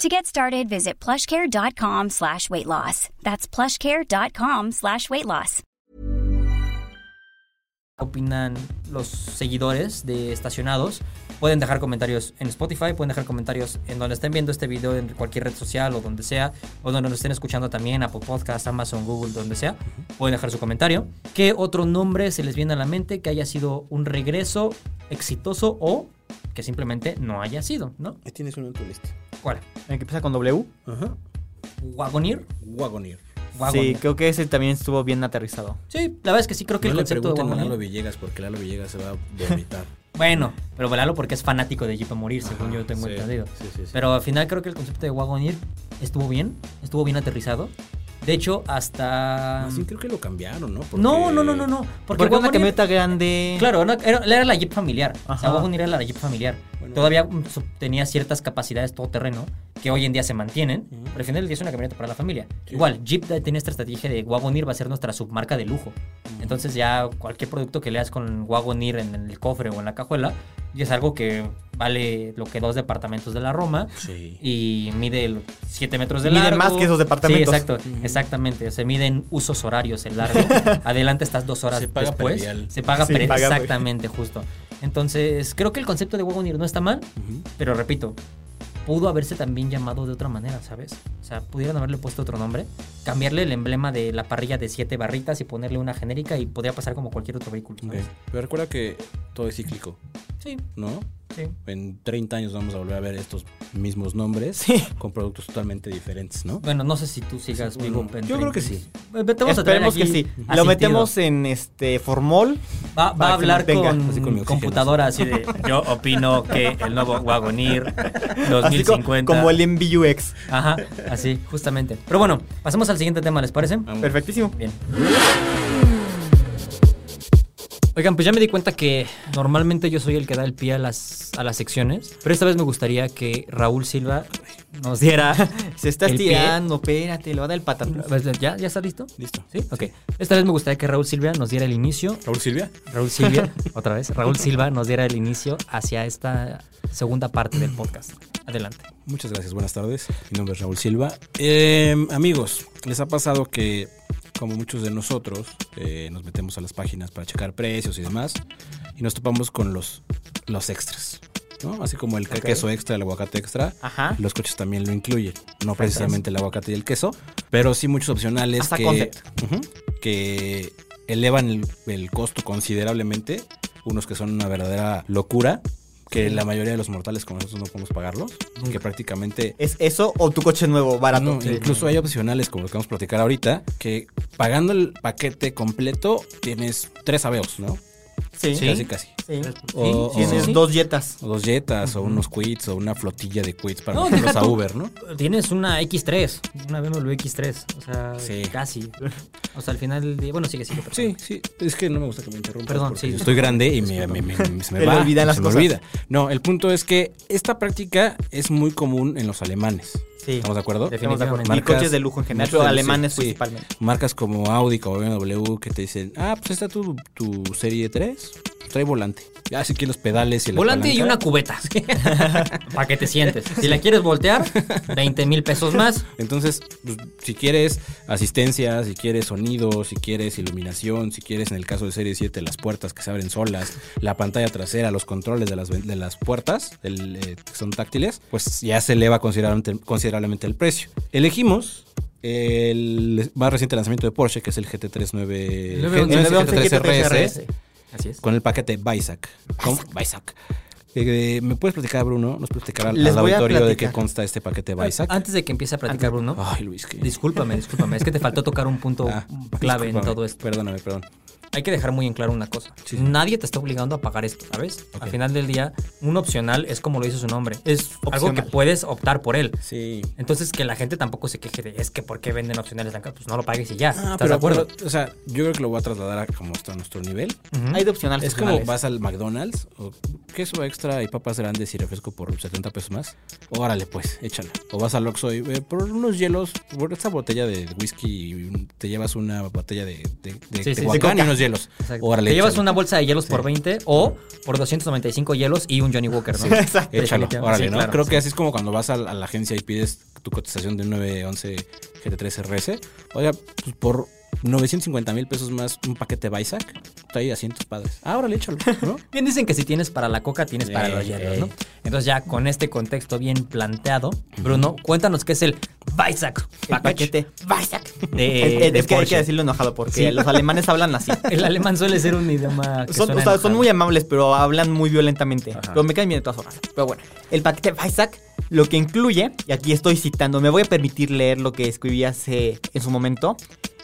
Speaker 6: To get started, visit plushcare.com slash weight loss. That's plushcare.com slash weight loss.
Speaker 2: opinan los seguidores de Estacionados. Pueden dejar comentarios en Spotify, pueden dejar comentarios en donde estén viendo este video, en cualquier red social o donde sea, o donde nos estén escuchando también, Apple Podcast, Amazon, Google, donde sea. Pueden dejar su comentario. ¿Qué otro nombre se les viene a la mente que haya sido un regreso exitoso o que simplemente no haya sido, ¿no?
Speaker 4: Ahí tienes uno en tu lista.
Speaker 2: ¿Cuál?
Speaker 3: ¿El que empieza con W?
Speaker 4: Ajá.
Speaker 2: ¿Wagonir?
Speaker 4: Wagoneer.
Speaker 3: Sí,
Speaker 2: Wagonir.
Speaker 3: creo que ese también estuvo bien aterrizado.
Speaker 2: Sí, la verdad es que sí creo que
Speaker 4: No
Speaker 2: el
Speaker 4: le
Speaker 2: concepto de
Speaker 4: pregunten a Lalo
Speaker 2: Wagonir...
Speaker 4: Villegas porque Lalo Villegas se va a vomitar.
Speaker 2: Bueno, pero velalo porque es fanático de Jeep a morir, según
Speaker 4: Ajá,
Speaker 2: yo tengo
Speaker 4: sí,
Speaker 2: entendido.
Speaker 4: sí, sí, sí.
Speaker 2: Pero al final creo que el concepto de Wagoneer estuvo bien, estuvo bien aterrizado. De hecho, hasta...
Speaker 4: Así creo que lo cambiaron, ¿no? Porque-
Speaker 2: ah, No, no, no, no, no. Porque,
Speaker 3: Porque una
Speaker 2: Wagoneer-
Speaker 3: camioneta grande.
Speaker 2: Claro, era, era- era la Jeep familiar. O sea,
Speaker 3: Ajá.
Speaker 2: Wagoneer era la Jeep familiar.
Speaker 4: Bueno.
Speaker 2: Todavía mm, su- tenía ciertas capacidades todoterreno que hoy en día se mantienen.
Speaker 4: Ujú.
Speaker 2: Pero al final del día es una camioneta para la familia.
Speaker 4: Sí.
Speaker 2: Igual, Jeep da- tiene esta estrategia de Wagoneer va a ser nuestra submarca de lujo. Entonces ya cualquier producto que leas con Wagoneer en el cofre o en la cajuela, ya es algo que vale lo que dos departamentos de la Roma
Speaker 4: Sí.
Speaker 2: y mide 7 metros de
Speaker 3: Mide
Speaker 2: largo.
Speaker 3: más que esos departamentos.
Speaker 2: Sí, exacto, exactamente. Se miden usos horarios el largo. Adelante estas dos horas
Speaker 4: Se paga
Speaker 2: después.
Speaker 4: predial.
Speaker 2: Se paga
Speaker 3: Sí,
Speaker 2: pre-
Speaker 3: paga pre-
Speaker 2: exactamente, justo. Entonces, creo que el concepto de Wagoneer no está mal, pero repito, pudo haberse también llamado de otra manera, ¿sabes? O sea, pudieron haberle puesto otro nombre, cambiarle el emblema de la parrilla de siete barritas y ponerle una genérica y podría pasar como cualquier otro vehículo.
Speaker 4: Ok.
Speaker 2: ¿sabes?
Speaker 4: Pero recuerda que todo es cíclico,
Speaker 2: Sí,
Speaker 4: ¿no?
Speaker 2: sí.
Speaker 4: En 30 años vamos a volver a ver estos mismos nombres con productos totalmente diferentes, ¿no?
Speaker 2: Bueno, no sé si tú sigas vivo.
Speaker 4: Bueno,
Speaker 2: en
Speaker 4: yo creo que
Speaker 2: 30.
Speaker 4: sí.
Speaker 2: Eh, Te vamos a traer
Speaker 3: Esperemos que
Speaker 2: aquí
Speaker 3: sí. Lo
Speaker 2: asistido.
Speaker 3: metemos en este formol.
Speaker 2: Va, va
Speaker 3: Para
Speaker 2: a
Speaker 3: que
Speaker 2: hablar
Speaker 3: mantenga,
Speaker 2: con,
Speaker 4: así con mi oxígeno.
Speaker 2: computadora así de yo opino que el nuevo Wagoneer
Speaker 3: Así co-
Speaker 2: 2050
Speaker 3: como el MBUX.
Speaker 2: Ajá, así, justamente. Pero bueno, pasemos al siguiente tema, ¿les parece?
Speaker 3: Perfectísimo.
Speaker 2: Bien. Oigan, pues ya me di cuenta que normalmente yo soy el que da el pie a las, a las secciones, pero esta vez me gustaría que Raúl Silva nos diera...
Speaker 3: Se está
Speaker 2: el pie.
Speaker 3: estirando, espérate, lo va a dar el patatán.
Speaker 2: Pues, ¿Ya, ¿Ya está listo?
Speaker 4: Listo.
Speaker 2: Sí, ok. Esta vez me gustaría que Raúl Silva nos diera el inicio
Speaker 4: Raúl Silvia.
Speaker 2: Raúl Silva, otra vez, Raúl Silva nos diera el inicio hacia esta segunda parte del podcast. Adelante.
Speaker 4: Muchas gracias, buenas tardes. Mi nombre es Raúl Silva. Eh, amigos, les ha pasado que, como muchos de nosotros, eh, nos metemos a las páginas para checar precios y demás, y nos topamos con los, los extras, ¿no? Así como el queso extra, el aguacate extra,
Speaker 3: Ajá.
Speaker 4: los coches también lo incluyen. No precisamente el aguacate y el queso, pero sí muchos opcionales
Speaker 3: Hasta
Speaker 4: que,
Speaker 3: concept.
Speaker 4: Ujú, que elevan el, el costo considerablemente. Unos que son una verdadera locura, que la mayoría de los mortales como nosotros no podemos pagarlos, que prácticamente...
Speaker 3: ¿Es eso o tu coche nuevo, barato?
Speaker 4: No,
Speaker 3: Sí.
Speaker 4: incluso hay opcionales como los que vamos a platicar ahorita, que pagando el paquete completo tienes tres aveos, ¿no?
Speaker 3: Sí.
Speaker 2: Sí.
Speaker 4: Casi, casi.
Speaker 3: Sí.
Speaker 4: O-
Speaker 2: sí,
Speaker 3: Tienes
Speaker 2: sí.
Speaker 3: dos jetas.
Speaker 4: O dos jetas, o unos quits, o una flotilla de quits para
Speaker 2: No,
Speaker 4: meterlos
Speaker 2: deja
Speaker 4: a
Speaker 2: tú.
Speaker 4: Uber, ¿no?
Speaker 2: Tienes una X3, una BMW X3, o sea,
Speaker 4: Sí.
Speaker 2: casi. O sea, al final del día, bueno, sigue, sigue. perdón.
Speaker 4: Sí, sí, es que no me gusta que me interrumpas.
Speaker 2: Perdón,
Speaker 4: porque
Speaker 2: sí.
Speaker 4: yo estoy grande y me, me- me- me- se me
Speaker 3: Te le
Speaker 4: va,
Speaker 3: olvidan las
Speaker 4: se
Speaker 3: cosas.
Speaker 4: Me olvida. No, el punto es que esta práctica es muy común en los alemanes.
Speaker 3: Sí.
Speaker 4: ¿Estamos de acuerdo?
Speaker 3: Estamos de acuerdo.
Speaker 2: Definitivamente.
Speaker 3: Y coches de lujo en general,
Speaker 4: muchos
Speaker 3: pero
Speaker 4: de-
Speaker 3: alemanes
Speaker 4: sí, sí.
Speaker 3: principalmente.
Speaker 4: Marcas como Audi, como BMW, que te dicen, ah, pues está tu, tu serie 3, Trae volante. Ya sé que los pedales y la
Speaker 2: Volante y una
Speaker 4: palanca.
Speaker 2: cubeta. Para que te sientes. Si la quieres voltear, 20 mil pesos más.
Speaker 4: Entonces, pues, si quieres asistencia, si quieres sonido, si quieres iluminación, si quieres, en el caso de Serie 7, las puertas que se abren solas, la pantalla trasera, los controles de las, ven- de las puertas, el, eh, que son táctiles, pues ya se eleva considerablemente, considerablemente el precio. Elegimos el más reciente lanzamiento de Porsche, que es el GT39
Speaker 3: El 911
Speaker 4: GT3 RS,
Speaker 2: Así es.
Speaker 4: con el paquete Bisac. Con- Bisac. Eh, ¿Me puedes platicar, Bruno? ¿Nos puedes platicar al,
Speaker 3: Les
Speaker 4: al
Speaker 3: voy a
Speaker 4: auditorio de
Speaker 3: platicar. Ah,
Speaker 4: qué consta este paquete Bisac?
Speaker 2: Antes de que empiece a platicar, Bruno.
Speaker 4: Ay, Luis, que...
Speaker 2: Discúlpame, discúlpame. Es que te faltó tocar un punto
Speaker 4: Ah,
Speaker 2: clave en
Speaker 4: discúlpame.
Speaker 2: todo esto.
Speaker 4: Perdóname, perdón.
Speaker 2: Hay que dejar muy en claro una cosa. Nadie te está obligando a pagar esto, ¿sabes? Al final del día, un opcional es como lo dice su nombre. Es algo que
Speaker 3: Opcional.
Speaker 2: puedes optar por él.
Speaker 4: Sí.
Speaker 2: Entonces, que la gente tampoco se queje de es que por qué venden opcionales tan caros. Pues no lo pagues y ya.
Speaker 4: Ah,
Speaker 2: ¿Estás
Speaker 4: pero
Speaker 2: de acuerdo?
Speaker 4: acuerdo, o sea, yo creo que lo voy a trasladar a como está nuestro nivel.
Speaker 3: Hay de opcionales.
Speaker 4: Es como
Speaker 3: opcionales.
Speaker 4: vas al McDonald's, o queso extra y papas grandes y refresco por 70 pesos más. Órale, pues, échala. O vas al Oxxo y eh, por unos hielos, por esta botella de whisky, y un- te llevas una botella de, de, de
Speaker 2: Sí, sí,
Speaker 4: Tehuacán
Speaker 2: de
Speaker 4: y unos hielos.
Speaker 2: Exacto.
Speaker 4: Órale,
Speaker 2: Te llevas
Speaker 4: échale.
Speaker 2: una bolsa de hielos por 20 o por 295 hielos y un Johnny Walker, ¿no? Exacto.
Speaker 4: Échalo, órale, ¿no? Creo que así es como cuando vas a, la- a la agencia y pides tu cotización de un 911 GT3 RS. Oiga, pues por 950 mil pesos más un paquete de Isaac, trae asientos padres. Ah, órale, échalo, ¿no?
Speaker 2: Bien dicen que si tienes para la coca, tienes
Speaker 4: Eh,
Speaker 2: para los hielos, ¿no?
Speaker 4: Ey.
Speaker 2: Entonces ya con este contexto bien planteado, Bruno, cuéntanos qué es el Bisac
Speaker 3: El paquete.
Speaker 2: de,
Speaker 3: Es-
Speaker 2: de
Speaker 3: es que hay que
Speaker 2: Porsche.
Speaker 3: decirlo enojado porque
Speaker 2: Sí.
Speaker 3: los alemanes hablan así.
Speaker 2: El alemán suele ser un idioma que
Speaker 3: Son,
Speaker 2: suena
Speaker 3: o sea, son
Speaker 2: enojado.
Speaker 3: muy amables, pero hablan muy violentamente. Pero me caen bien de todas formas. Pero bueno, el paquete Isaac lo que incluye, y aquí estoy citando, me voy a permitir leer lo que escribí hace en su momento.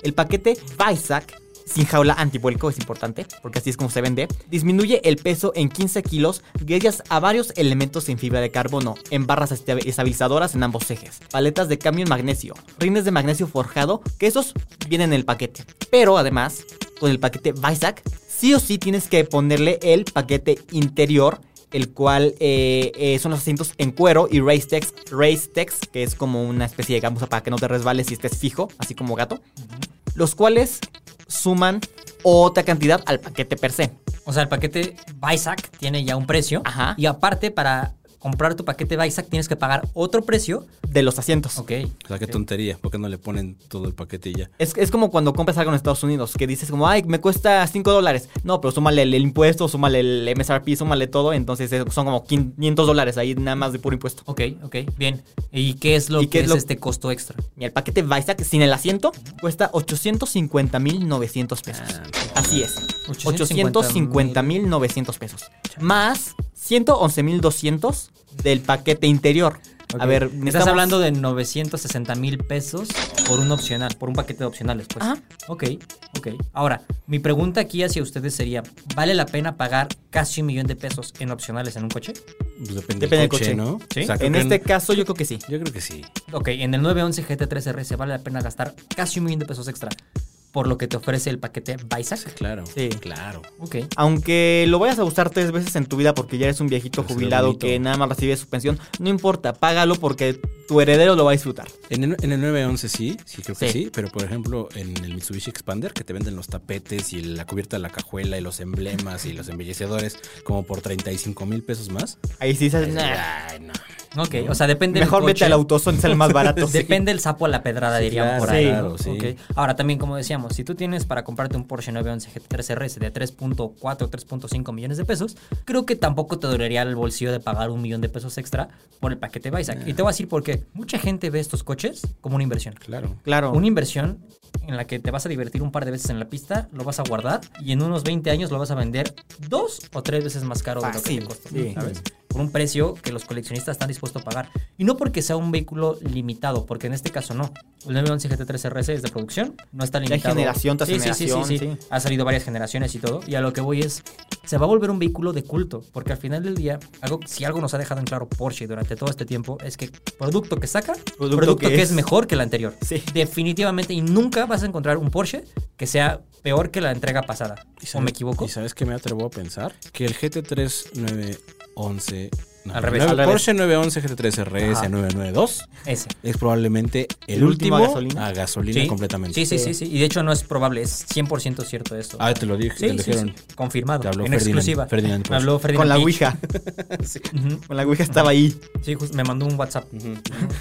Speaker 3: El paquete Isaac sin jaula antivuelco, es importante, porque así es como se vende, disminuye el peso en 15 kilos gracias a varios elementos en fibra de carbono, en barras esta- estabilizadoras en ambos ejes, paletas de cambio en magnesio, rines de magnesio forjado, que esos vienen en el paquete. Pero además, con el paquete Bisac, sí o sí tienes que ponerle el paquete interior el cual eh, eh, son los asientos en cuero y race tex, race tex, que es como una especie de gamuza para que no te resbales si estés fijo, así como gato, los cuales suman otra cantidad al paquete per se.
Speaker 2: O sea, el paquete Bisac tiene ya un precio.
Speaker 3: Ajá.
Speaker 2: Y aparte, para comprar tu paquete Bisac tienes que pagar otro precio.
Speaker 3: De los asientos.
Speaker 2: Ok.
Speaker 4: O sea, qué tontería, ¿por qué no le ponen todo el paquete y ya?
Speaker 3: Es, es como cuando compras algo en Estados Unidos, que dices como, ay, me cuesta 5 dólares. No, pero súmale el, el impuesto, súmale el MSRP, súmale todo. Entonces eh, son como 500 dólares ahí nada más de puro impuesto.
Speaker 2: Ok, ok, bien. ¿Y qué es lo
Speaker 3: ¿Y
Speaker 2: que
Speaker 3: qué es
Speaker 2: es
Speaker 3: lo-
Speaker 2: este costo extra?
Speaker 3: Y el paquete Visac sin el asiento cuesta 850.900 pesos.
Speaker 4: Ah,
Speaker 3: Así es. 850.900 pesos. Más 111.200 del paquete interior. A ver,
Speaker 2: me estás
Speaker 3: necesitamos-
Speaker 2: hablando de 960 mil pesos por un opcional, por un paquete de opcionales, pues.
Speaker 3: Ajá.
Speaker 2: Ok, ok. Ahora, mi pregunta aquí hacia ustedes sería: ¿vale la pena pagar casi un millón de pesos en opcionales en un coche?
Speaker 4: Pues depende,
Speaker 3: Depende
Speaker 4: del
Speaker 3: del
Speaker 4: coche,
Speaker 3: coche.
Speaker 4: ¿no?
Speaker 2: Sí.
Speaker 4: O sea, creo
Speaker 3: En
Speaker 4: que
Speaker 3: este caso yo creo que sí.
Speaker 4: Yo creo que sí.
Speaker 2: Ok, en el 911 GT3 RS vale la pena gastar casi un millón de pesos extra por lo que te ofrece el paquete Bisac.
Speaker 4: Claro.
Speaker 3: Sí.
Speaker 4: Claro.
Speaker 2: Ok.
Speaker 3: Aunque lo vayas a usar tres veces en tu vida porque ya eres un viejito
Speaker 4: Pero se ve
Speaker 3: jubilado
Speaker 4: bonito.
Speaker 3: que nada más recibe su pensión, no importa, págalo porque tu heredero lo va a disfrutar.
Speaker 4: En el, en el 911 sí, sí creo que sí.
Speaker 3: Sí.
Speaker 4: pero por ejemplo en el Mitsubishi Expander que te venden los tapetes y la cubierta de la cajuela y los emblemas y los embellecedores como por 35 mil pesos más.
Speaker 3: Ahí sí dices, "Nah,
Speaker 4: Ay, no.
Speaker 2: Ok, o sea, depende del
Speaker 3: mejor vete
Speaker 2: coche.
Speaker 3: al autoson, es el más barato. sí.
Speaker 2: Depende el sapo a la pedrada,
Speaker 4: Sí,
Speaker 2: dirían
Speaker 4: claro,
Speaker 2: por ahí.
Speaker 4: sí.
Speaker 2: ¿no?
Speaker 4: Claro, sí.
Speaker 2: Ok. Ahora, también, como decíamos, si tú tienes para comprarte un Porsche 911 GT3 RS de 3.4 o 3.5 millones de pesos, creo que tampoco te dolería el bolsillo de pagar un millón de pesos extra por el paquete Bisac. Y te voy a decir por qué. Mucha gente ve estos coches como una inversión.
Speaker 4: Claro.
Speaker 3: Claro.
Speaker 2: Una inversión en la que te vas a divertir un par de veces en la pista, lo vas a guardar y en unos 20 años lo vas a vender dos o tres veces más caro de
Speaker 3: Fácil,
Speaker 2: lo que te costó,
Speaker 3: sí.
Speaker 2: ¿sabes? Por un precio que los coleccionistas están dispuestos a pagar. Y no porque sea un vehículo limitado, porque en este caso no. El 911 GT3 RS es de producción, no está limitado.
Speaker 3: generación tras
Speaker 2: Sí, sí, sí, sí, sí.
Speaker 3: generación, sí.
Speaker 2: Ha salido varias generaciones y todo. Y a lo que voy es, se va a volver un vehículo de culto, porque al final del día, algo, si algo nos ha dejado en claro Porsche durante todo este tiempo, es que producto que saca, producto,
Speaker 3: Producto
Speaker 2: que,
Speaker 3: que
Speaker 2: es
Speaker 3: es.
Speaker 2: mejor mejor que la anterior.
Speaker 3: Sí.
Speaker 2: Definitivamente. Y nunca vas a encontrar un Porsche que sea peor que la entrega pasada.
Speaker 4: ¿Y
Speaker 2: ¿O
Speaker 4: sabes-
Speaker 2: me equivoco?
Speaker 4: ¿Y sabes qué me atrevo a pensar? Que el GT3 911
Speaker 2: Al revés.
Speaker 4: Nueve-
Speaker 2: Al revés.
Speaker 4: Porsche 911 GT3 RS 992
Speaker 2: Ese.
Speaker 4: es probablemente el,
Speaker 3: El
Speaker 4: último,
Speaker 3: último a gasolina.
Speaker 4: a gasolina completamente.
Speaker 2: Sí, sí, sí, sí. Y de hecho no es probable, es 100% cierto esto.
Speaker 4: Ah, te lo dije,
Speaker 2: Sí,
Speaker 4: te lo
Speaker 2: sí,
Speaker 4: dijeron.
Speaker 2: sí. Confirmado.
Speaker 4: Te habló
Speaker 2: en
Speaker 4: Ferdinand-
Speaker 2: exclusiva.
Speaker 4: Ferdinand
Speaker 2: me habló Ferdinand.
Speaker 3: Con la
Speaker 2: Peach.
Speaker 3: Ouija. Con la Ouija estaba ahí.
Speaker 2: Sí, justo, me mandó un WhatsApp.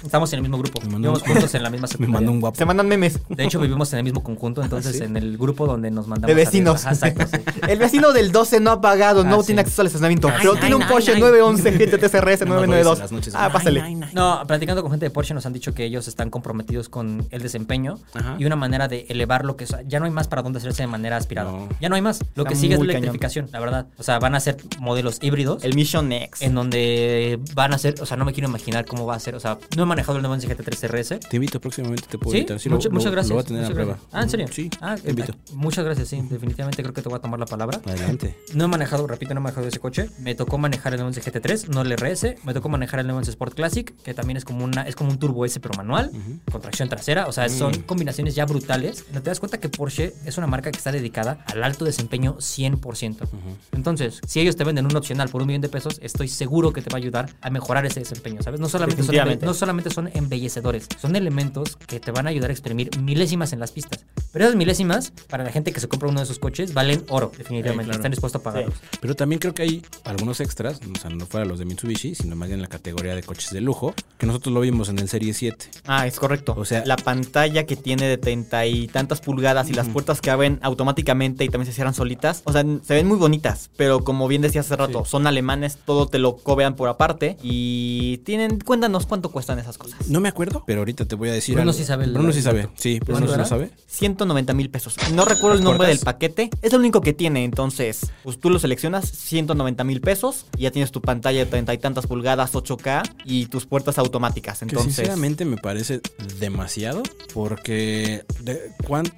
Speaker 2: Estamos en el mismo grupo.
Speaker 4: mandó
Speaker 2: Vivimos
Speaker 4: un-
Speaker 2: juntos en la misma
Speaker 4: Me
Speaker 2: secundaria.
Speaker 4: mandó un ¿Ah, guapo.
Speaker 3: Se mandan memes.
Speaker 2: De hecho, vivimos en el mismo conjunto, entonces en el grupo donde nos mandamos.
Speaker 3: De vecinos.
Speaker 2: a- Ajá, exacto, sí.
Speaker 3: El vecino del 12 no ha pagado,
Speaker 2: Ah,
Speaker 3: no
Speaker 2: sí.
Speaker 3: tiene acceso al estacionamiento, pero
Speaker 2: ay,
Speaker 3: tiene un
Speaker 2: ay,
Speaker 3: Porsche
Speaker 2: ay.
Speaker 3: 911 GTT RS
Speaker 4: No me acuerdo de las
Speaker 3: 992.
Speaker 4: noches.
Speaker 3: Ah,
Speaker 4: Ay,
Speaker 3: pásale.
Speaker 2: No, platicando con gente de Porsche nos han dicho que ellos están comprometidos con el desempeño
Speaker 4: Ajá.
Speaker 2: y una manera de elevar lo que es- ya no hay más para dónde hacerse de manera aspirada.
Speaker 4: No.
Speaker 2: Ya no hay más. Lo
Speaker 3: Está
Speaker 2: que sigue es la
Speaker 3: muy cañón.
Speaker 2: electrificación, la verdad. O sea, van a ser modelos híbridos.
Speaker 3: El Mission X.
Speaker 2: en donde van a ser, o sea, no me quiero imaginar cómo va a ser, o sea, no he manejado el 911 GT3 RS.
Speaker 4: Te invito próximamente, te puedo
Speaker 2: Sí,
Speaker 4: invitar.
Speaker 2: mucha-
Speaker 4: lo-
Speaker 2: muchas
Speaker 4: lo-
Speaker 2: gracias.
Speaker 4: Lo voy a tener a
Speaker 2: muchas
Speaker 4: prueba.
Speaker 2: gracias. Ah, ¿en serio?
Speaker 4: Sí,
Speaker 2: Ah,
Speaker 4: te invito.
Speaker 2: eh, muchas gracias, sí, definitivamente creo que te voy a tomar la palabra.
Speaker 4: Adelante.
Speaker 2: No he manejado, repito, no he manejado ese coche. Me tocó manejar el 911 GT3, no el RS. Me tocó manejar el 911 Sport Classic, que también es como una es como un turbo S pero manual, con tracción trasera.
Speaker 4: Mm.
Speaker 2: O sea, son combinaciones ya brutales. No te das cuenta que Porsche es una marca que está dedicada al alto desempeño 100%. Entonces, si ellos te venden un opcional por un millón de pesos, estoy seguro que te va a ayudar a mejorar ese desempeño, ¿sabes? No solamente, son,
Speaker 3: Definitivamente.
Speaker 2: embe- no solamente son embellecedores, son elementos que te van a ayudar a exprimir milésimas en las pistas. Pero esas milésimas, para la gente que se compra uno de esos coches, valen oro, definitivamente.
Speaker 4: Eh,
Speaker 2: Están dispuestos a pagarlos.
Speaker 4: Pero también creo que hay algunos extras, o sea, no fuera los de Mitsubishi, sino más bien en la categoría de coches de lujo, que nosotros lo vimos en el Serie 7.
Speaker 3: Ah, es correcto.
Speaker 4: O sea-
Speaker 3: la pantalla que tiene de treinta y tantas pulgadas y las puertas que abren automáticamente y también se cierran solitas. O sea, n- se ven muy bonitas, pero como bien decía hace rato, son alemanes, todo te lo cobran por aparte y tienen. Cuéntanos cuánto cuestan esas cosas.
Speaker 4: No me acuerdo, pero ahorita te voy a decir.
Speaker 2: Bruno
Speaker 4: algo.
Speaker 2: sí sabe el-
Speaker 4: Bruno sí sabe. Sí, Bruno sí
Speaker 2: ¿Cuánto
Speaker 4: lo
Speaker 2: era?
Speaker 4: sabe.
Speaker 3: 190 mil pesos. No recuerdo el nombre del paquete. Es lo único que tiene. Entonces, pues tú lo seleccionas, 190 mil pesos. Y ya tienes tu pantalla de treinta y tantas pulgadas, 8K y tus puertas automáticas.
Speaker 4: Que
Speaker 3: Entonces,
Speaker 4: sinceramente me parece demasiado, porque de- ¿cuán-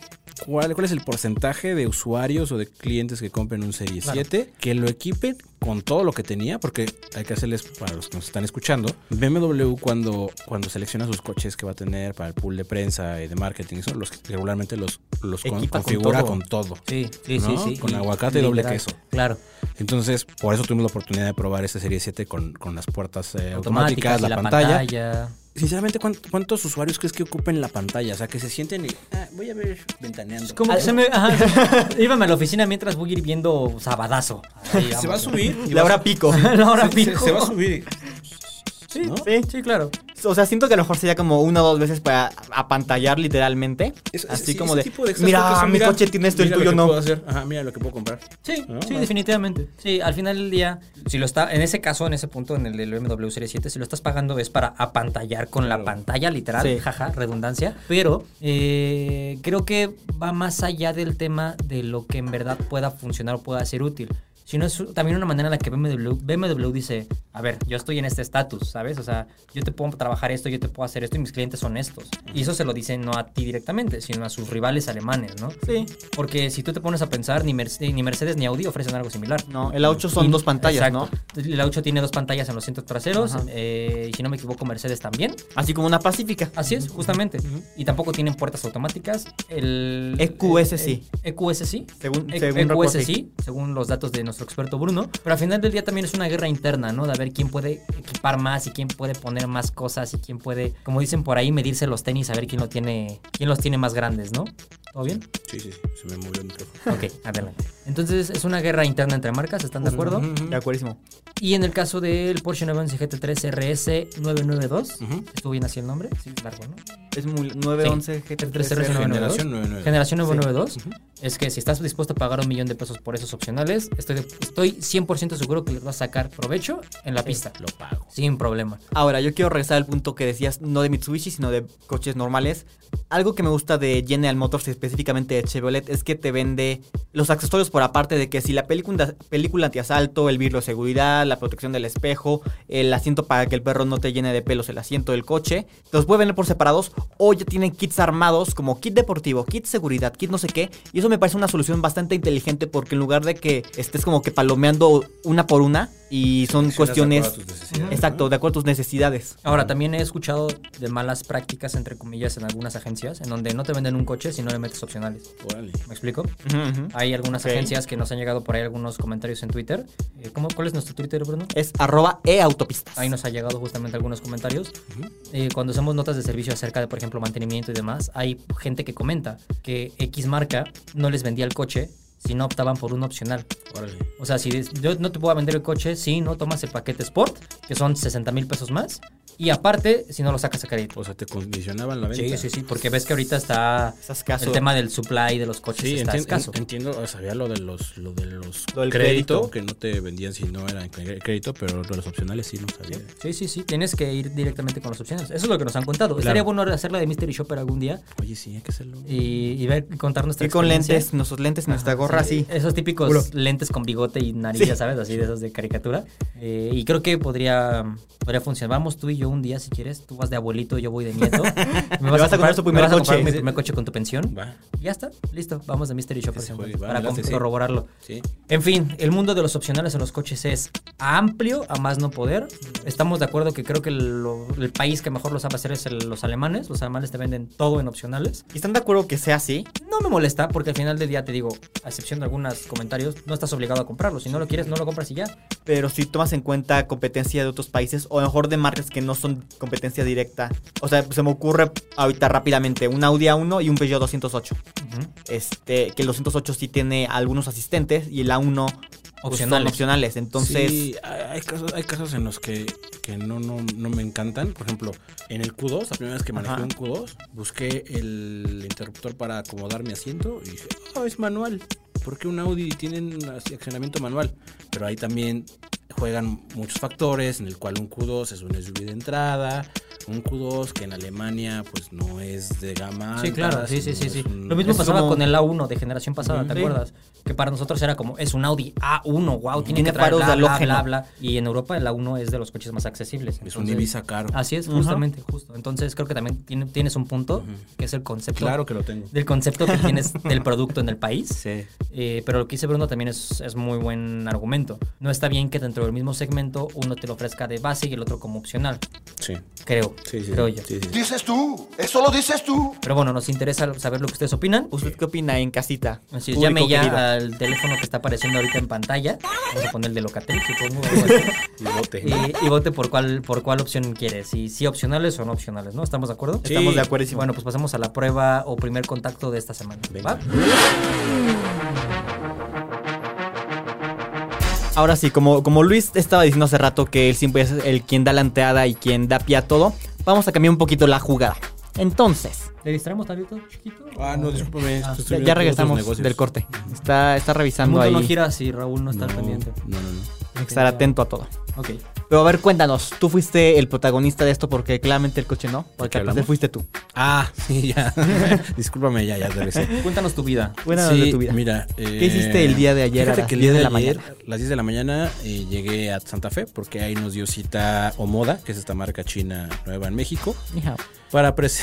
Speaker 4: cuál, ¿cuál es el porcentaje de usuarios o de clientes que compren un Serie 7 que lo equipen con todo lo que tenía? Porque hay que hacerles, para los que nos están escuchando, BMW cuando, cuando selecciona sus coches que va a tener para el pool de prensa y de marketing, son los que regularmente los, los con-
Speaker 3: Equipa con
Speaker 4: configura
Speaker 3: todo.
Speaker 4: con todo.
Speaker 2: Sí, sí,
Speaker 4: ¿no?
Speaker 2: sí, sí.
Speaker 4: Con
Speaker 2: Y-
Speaker 4: aguacate y doble
Speaker 2: literal.
Speaker 4: queso.
Speaker 2: Claro.
Speaker 4: Entonces, por eso tuvimos la oportunidad de probar esta serie 7 con, con las puertas eh, automáticas, la, pantalla. Sinceramente, ¿cuán- ¿cuántos usuarios crees que ocupen la pantalla? O sea, que se sienten y. "Ah, voy a ver ventaneando.
Speaker 2: Como que se me. Ajá, íbame a la oficina mientras voy a ir viendo Sabadazo. Ahí,
Speaker 4: Se
Speaker 2: vamos.
Speaker 4: va a subir. y
Speaker 3: la
Speaker 4: vas a-
Speaker 3: hora pico.
Speaker 2: La hora
Speaker 4: Ah, se-
Speaker 2: pico.
Speaker 4: Se, va a subir.
Speaker 2: Sí,
Speaker 4: ¿no?
Speaker 2: sí, sí, claro.
Speaker 3: O sea, siento que a lo mejor sería como una o dos veces para apantallar literalmente.
Speaker 4: Es- es-
Speaker 3: así
Speaker 4: sí,
Speaker 3: como
Speaker 4: ese
Speaker 3: de,
Speaker 4: tipo extras creo que
Speaker 3: mira,
Speaker 4: son,
Speaker 3: mi coche tiene esto, el
Speaker 4: mira lo
Speaker 3: tuyo
Speaker 4: que
Speaker 3: no.
Speaker 4: puedo hacer. Ajá, mira lo que puedo comprar.
Speaker 2: Sí,
Speaker 4: ¿No?
Speaker 2: sí,
Speaker 4: Ah.
Speaker 2: definitivamente. Sí, al final del día, si lo está, en ese caso, en ese punto, en el del BMW Series 7, si lo estás pagando es para apantallar con la pantalla, literal,
Speaker 3: Sí.
Speaker 2: jaja, redundancia. Pero eh, creo que va más allá del tema de lo que en verdad pueda funcionar o pueda ser útil. Sino es también una manera en la que BMW, BMW dice, a ver, yo estoy en este estatus, ¿sabes? O sea, yo te puedo trabajar esto, yo te puedo hacer esto y mis clientes son estos. Y eso se lo dicen no a ti directamente, sino a sus rivales alemanes, ¿no?
Speaker 3: Sí.
Speaker 2: Porque si tú te pones a pensar, ni, Merce- ni Mercedes ni Audi ofrecen algo similar.
Speaker 3: No, el A8 son
Speaker 2: Y-
Speaker 3: dos pantallas,
Speaker 2: exacto.
Speaker 3: ¿no?
Speaker 2: La 8 tiene dos pantallas en los centros traseros.
Speaker 3: Ajá.
Speaker 2: eh, y si no me equivoco, Mercedes también.
Speaker 3: Así como una pacífica.
Speaker 2: Así es, justamente. Y tampoco tienen puertas automáticas. El
Speaker 3: EQS
Speaker 2: el-
Speaker 3: E sí.
Speaker 2: EQS sí.
Speaker 3: Según-
Speaker 2: E-
Speaker 3: según
Speaker 2: EQS
Speaker 3: recuerdo,
Speaker 2: sí, según los datos de nuestro experto Bruno. Pero al final del día también es una guerra interna, ¿no? De a ver quién puede equipar más y quién puede poner más cosas y quién puede, como dicen por ahí, medirse los tenis a ver quién lo tiene, quién los tiene más grandes, ¿no? ¿Todo bien?
Speaker 4: Sí, sí, sí, se me movió el micrófono.
Speaker 2: Ok, adelante. Entonces es una guerra interna entre marcas, ¿están de acuerdo?
Speaker 3: De acuerdísimo.
Speaker 2: Y en el caso del Porsche 911 GT3 RS 992, ¿estuvo bien así el nombre? Sí, largo, ¿no?
Speaker 3: Es muy 911
Speaker 2: GT3 RS
Speaker 3: GT3
Speaker 2: 992.
Speaker 4: Generación 992.
Speaker 2: Generación 992. Es que si estás dispuesto a pagar un millón de pesos por esos opcionales, estoy, de- estoy 100% seguro que les vas a sacar provecho en la pista.
Speaker 4: Lo pago.
Speaker 2: Sin problema.
Speaker 3: Ahora, yo quiero regresar al punto que decías, no de Mitsubishi, sino de coches normales. Algo que me gusta de General Motors, específicamente de Chevrolet, es que te vende los accesorios por aparte de que si la película, película antiasalto, el vidrio de seguridad, la protección del espejo, el asiento para que el perro no te llene de pelos, el asiento del coche, te los puede vender por separados o ya tienen kits armados como kit deportivo, kit seguridad, kit no sé qué. Y eso me parece una solución bastante inteligente porque en lugar de que estés como que palomeando una por una, y son
Speaker 4: Acciones de
Speaker 3: cuestiones...
Speaker 4: acuerdo a tus necesidades,
Speaker 3: Exacto, de acuerdo a tus necesidades.
Speaker 2: Ahora, también he escuchado de malas prácticas, entre comillas, en algunas agencias, en donde no te venden un coche si no le metes opcionales.
Speaker 4: Órale.
Speaker 2: ¿Me explico? Hay algunas agencias que nos han llegado por ahí algunos comentarios en Twitter. Eh, ¿Cómo, ¿Cuál es nuestro Twitter, Bruno?
Speaker 3: Es arroba e eautopistas.
Speaker 2: Ahí nos ha llegado justamente algunos comentarios. Eh, cuando hacemos notas de servicio acerca de, por ejemplo, mantenimiento y demás, hay gente que comenta que X marca no les vendía el coche si no optaban por un opcional.
Speaker 4: Órale.
Speaker 2: O sea, si des- yo no te puedo vender el coche si no tomas el paquete Sport, que son 60 mil pesos más, y aparte si no lo sacas a crédito.
Speaker 4: O sea, te condicionaban la
Speaker 2: Sí,
Speaker 4: venta.
Speaker 2: sí, sí, porque ves que ahorita está
Speaker 3: Está escaso.
Speaker 2: el tema del supply de los coches
Speaker 4: Sí,
Speaker 2: está
Speaker 4: entien-
Speaker 2: escaso.
Speaker 4: en- entiendo, sabía lo de los, lo de los
Speaker 3: Lo del
Speaker 4: crédito,
Speaker 3: crédito.
Speaker 4: que no te vendían si no era cre- crédito, pero lo de los opcionales sí no sabía.
Speaker 2: Sí, sí, sí, tienes que ir directamente con las opciones. Eso es lo que nos han contado. Estaría bueno hacerla de Mystery Shopper algún día
Speaker 4: Oye, sí, hay que hacerlo.
Speaker 2: y, y ver y contar nuestra
Speaker 3: Y con
Speaker 2: experiencia.
Speaker 3: lentes, nuestros lentes, nuestra gorra así.
Speaker 2: Esos típicos
Speaker 3: Puro.
Speaker 2: lentes con bigote y nariz, ya ¿sabes? Así de esos de caricatura. Eh, y creo que podría, podría funcionar. Vamos tú y yo un día, si quieres. Tú vas de abuelito, yo voy de nieto. Me
Speaker 3: vas a comprar tu
Speaker 2: me
Speaker 3: primer
Speaker 2: vas a comprar
Speaker 3: coche.
Speaker 2: mi primer coche con tu pensión.
Speaker 4: Va.
Speaker 2: Y Ya está, listo. Vamos de Mystery Shopper
Speaker 4: se
Speaker 2: siempre,
Speaker 4: juegue, va,
Speaker 2: para
Speaker 4: me late,
Speaker 2: com-
Speaker 4: sí.
Speaker 2: corroborarlo.
Speaker 4: Sí.
Speaker 2: En fin, el mundo de los opcionales en los coches es amplio, a más no poder. Estamos de acuerdo que creo que lo- el país que mejor lo sabe hacer es el- los alemanes. Los alemanes te venden todo en opcionales.
Speaker 3: ¿Y están de acuerdo que sea así?
Speaker 2: No me molesta porque al final del día te digo, a excepción de algunos comentarios, no estás obligado a comprarlo. Si no lo quieres, no lo compras y ya.
Speaker 3: Pero si tomas en cuenta competencia de otros países o a lo mejor de marcas que no son competencia directa. O sea, se me ocurre ahorita rápidamente un Audi A1 y un Peugeot 208. Este, que el 208 sí tiene algunos asistentes y el A1 pues, son
Speaker 2: Opcionales.
Speaker 3: opcionales. Entonces,
Speaker 4: Sí, hay hay casos, hay casos en los que, que no, no, no me encantan. Por ejemplo, en el Q2, la primera vez que manejé
Speaker 3: Ajá.
Speaker 4: un Q2, busqué el interruptor para acomodar mi asiento y dije, oh, es manual. Porque un Audi tienen así accionamiento manual. Pero ahí también juegan muchos factores, en el cual un Q2 es un SUV de entrada, un Q2 que en Alemania pues no es de gama.
Speaker 2: Sí,
Speaker 4: alta,
Speaker 2: claro, sí, sí, sí.
Speaker 4: sino
Speaker 2: sí.
Speaker 4: Ah, es un-
Speaker 2: Lo mismo
Speaker 4: es
Speaker 2: pasaba
Speaker 4: como-
Speaker 2: con el A1 de generación pasada, ¿te
Speaker 3: Sí.
Speaker 2: acuerdas? Que para nosotros era como, es un Audi A1, wow, tiene
Speaker 3: Tiene
Speaker 2: que traer
Speaker 3: faros
Speaker 2: bla,
Speaker 3: de
Speaker 2: bla,
Speaker 3: halógeno.
Speaker 2: bla, bla. Y en Europa el A1 es de los coches más accesibles.
Speaker 4: Es un
Speaker 2: Entonces-
Speaker 4: Ibiza caro.
Speaker 2: Así es,
Speaker 3: Ajá.
Speaker 2: justamente, justo. Entonces creo que también tiene- tienes un punto, que es el concepto.
Speaker 4: Claro que lo tengo.
Speaker 2: Del concepto que tienes del producto en el país. Eh, pero lo que dice Bruno también es, es muy buen argumento. No está bien que dentro del mismo segmento uno te lo ofrezca de base y el otro como opcional.
Speaker 4: Sí,
Speaker 2: Creo.
Speaker 4: sí, sí.
Speaker 2: creo
Speaker 4: sí,
Speaker 2: yo.
Speaker 4: sí, sí.
Speaker 5: Dices tú, eso lo dices tú.
Speaker 2: Pero bueno, nos interesa saber lo que ustedes opinan.
Speaker 3: ¿usted qué opina en casita?
Speaker 2: Así es,
Speaker 3: Público
Speaker 2: llame ya
Speaker 3: querido.
Speaker 2: al teléfono que está apareciendo ahorita en pantalla. Vamos a poner el de Locatel, supongo. o algo así.
Speaker 4: Y bote.
Speaker 2: y, y vote por cuál, por cuál opción quiere. Si, si opcionales o no opcionales, ¿no? ¿Estamos de acuerdo?
Speaker 4: Sí.
Speaker 3: Estamos de acuerdo.
Speaker 2: Bueno, pues pasamos a la prueba o primer contacto de esta semana.
Speaker 4: Venga.
Speaker 2: ¿va?
Speaker 3: Ahora sí, como, como Luis estaba diciendo hace rato que él siempre es el quien da la anteada y quien da pie a todo, vamos a cambiar un poquito la jugada. Entonces,
Speaker 2: ¿Le distraemos tantito, chiquito?
Speaker 4: Ah, no, discúlpame.
Speaker 2: Ah,
Speaker 4: estoy viendo
Speaker 3: ya, ya
Speaker 4: otros
Speaker 3: regresamos
Speaker 4: negocios.
Speaker 3: del corte. Está, está
Speaker 2: El
Speaker 3: revisando
Speaker 2: mundo
Speaker 3: ahí.
Speaker 2: no gira si Raúl no está
Speaker 4: No,
Speaker 2: al pendiente.
Speaker 4: no, no, no.
Speaker 3: Hay que estar atento a todo.
Speaker 2: Ok.
Speaker 3: Pero a ver, cuéntanos, tú fuiste el protagonista de esto porque claramente el coche no, porque
Speaker 4: qué
Speaker 3: al
Speaker 4: hablamos?
Speaker 3: parecer fuiste tú.
Speaker 4: Ah, sí, ya. Discúlpame, ya, ya regresé.
Speaker 2: Cuéntanos tu vida.
Speaker 3: Buena
Speaker 4: Sí,
Speaker 3: de tu vida.
Speaker 4: Mira, eh,
Speaker 3: hiciste el día de ayer
Speaker 4: fíjate
Speaker 3: a las
Speaker 4: que el día
Speaker 3: 10
Speaker 4: de,
Speaker 3: de la
Speaker 4: ayer,
Speaker 3: mañana?
Speaker 4: las 10 de la mañana eh, llegué a Santa Fe porque ahí nos dio cita Omoda, que es esta marca china nueva en México,
Speaker 3: Hija,
Speaker 4: para, pres-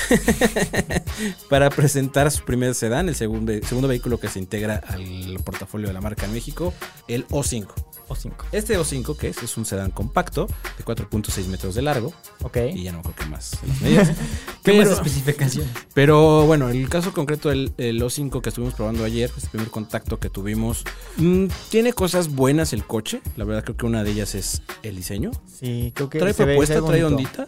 Speaker 4: para presentar su primer sedán, el segundo, segundo vehículo que se integra al portafolio de la marca en México, el O5.
Speaker 3: o cinco.
Speaker 4: Este O5, que es, es un sedán compacto de 4.6 metros de largo
Speaker 3: Ok.
Speaker 4: y ya no creo que más. en las medidas.
Speaker 2: ¿Qué
Speaker 4: Pero-
Speaker 2: más especificaciones?
Speaker 4: Pero bueno, el caso concreto del el O5 que estuvimos probando ayer, este primer contacto que tuvimos, mm, tiene cosas buenas el coche. La verdad creo que una de ellas es el diseño.
Speaker 3: Sí, creo que
Speaker 4: Trae
Speaker 3: se ve- se
Speaker 4: propuesta,
Speaker 3: ve
Speaker 4: trae
Speaker 3: bonito.
Speaker 4: ondita.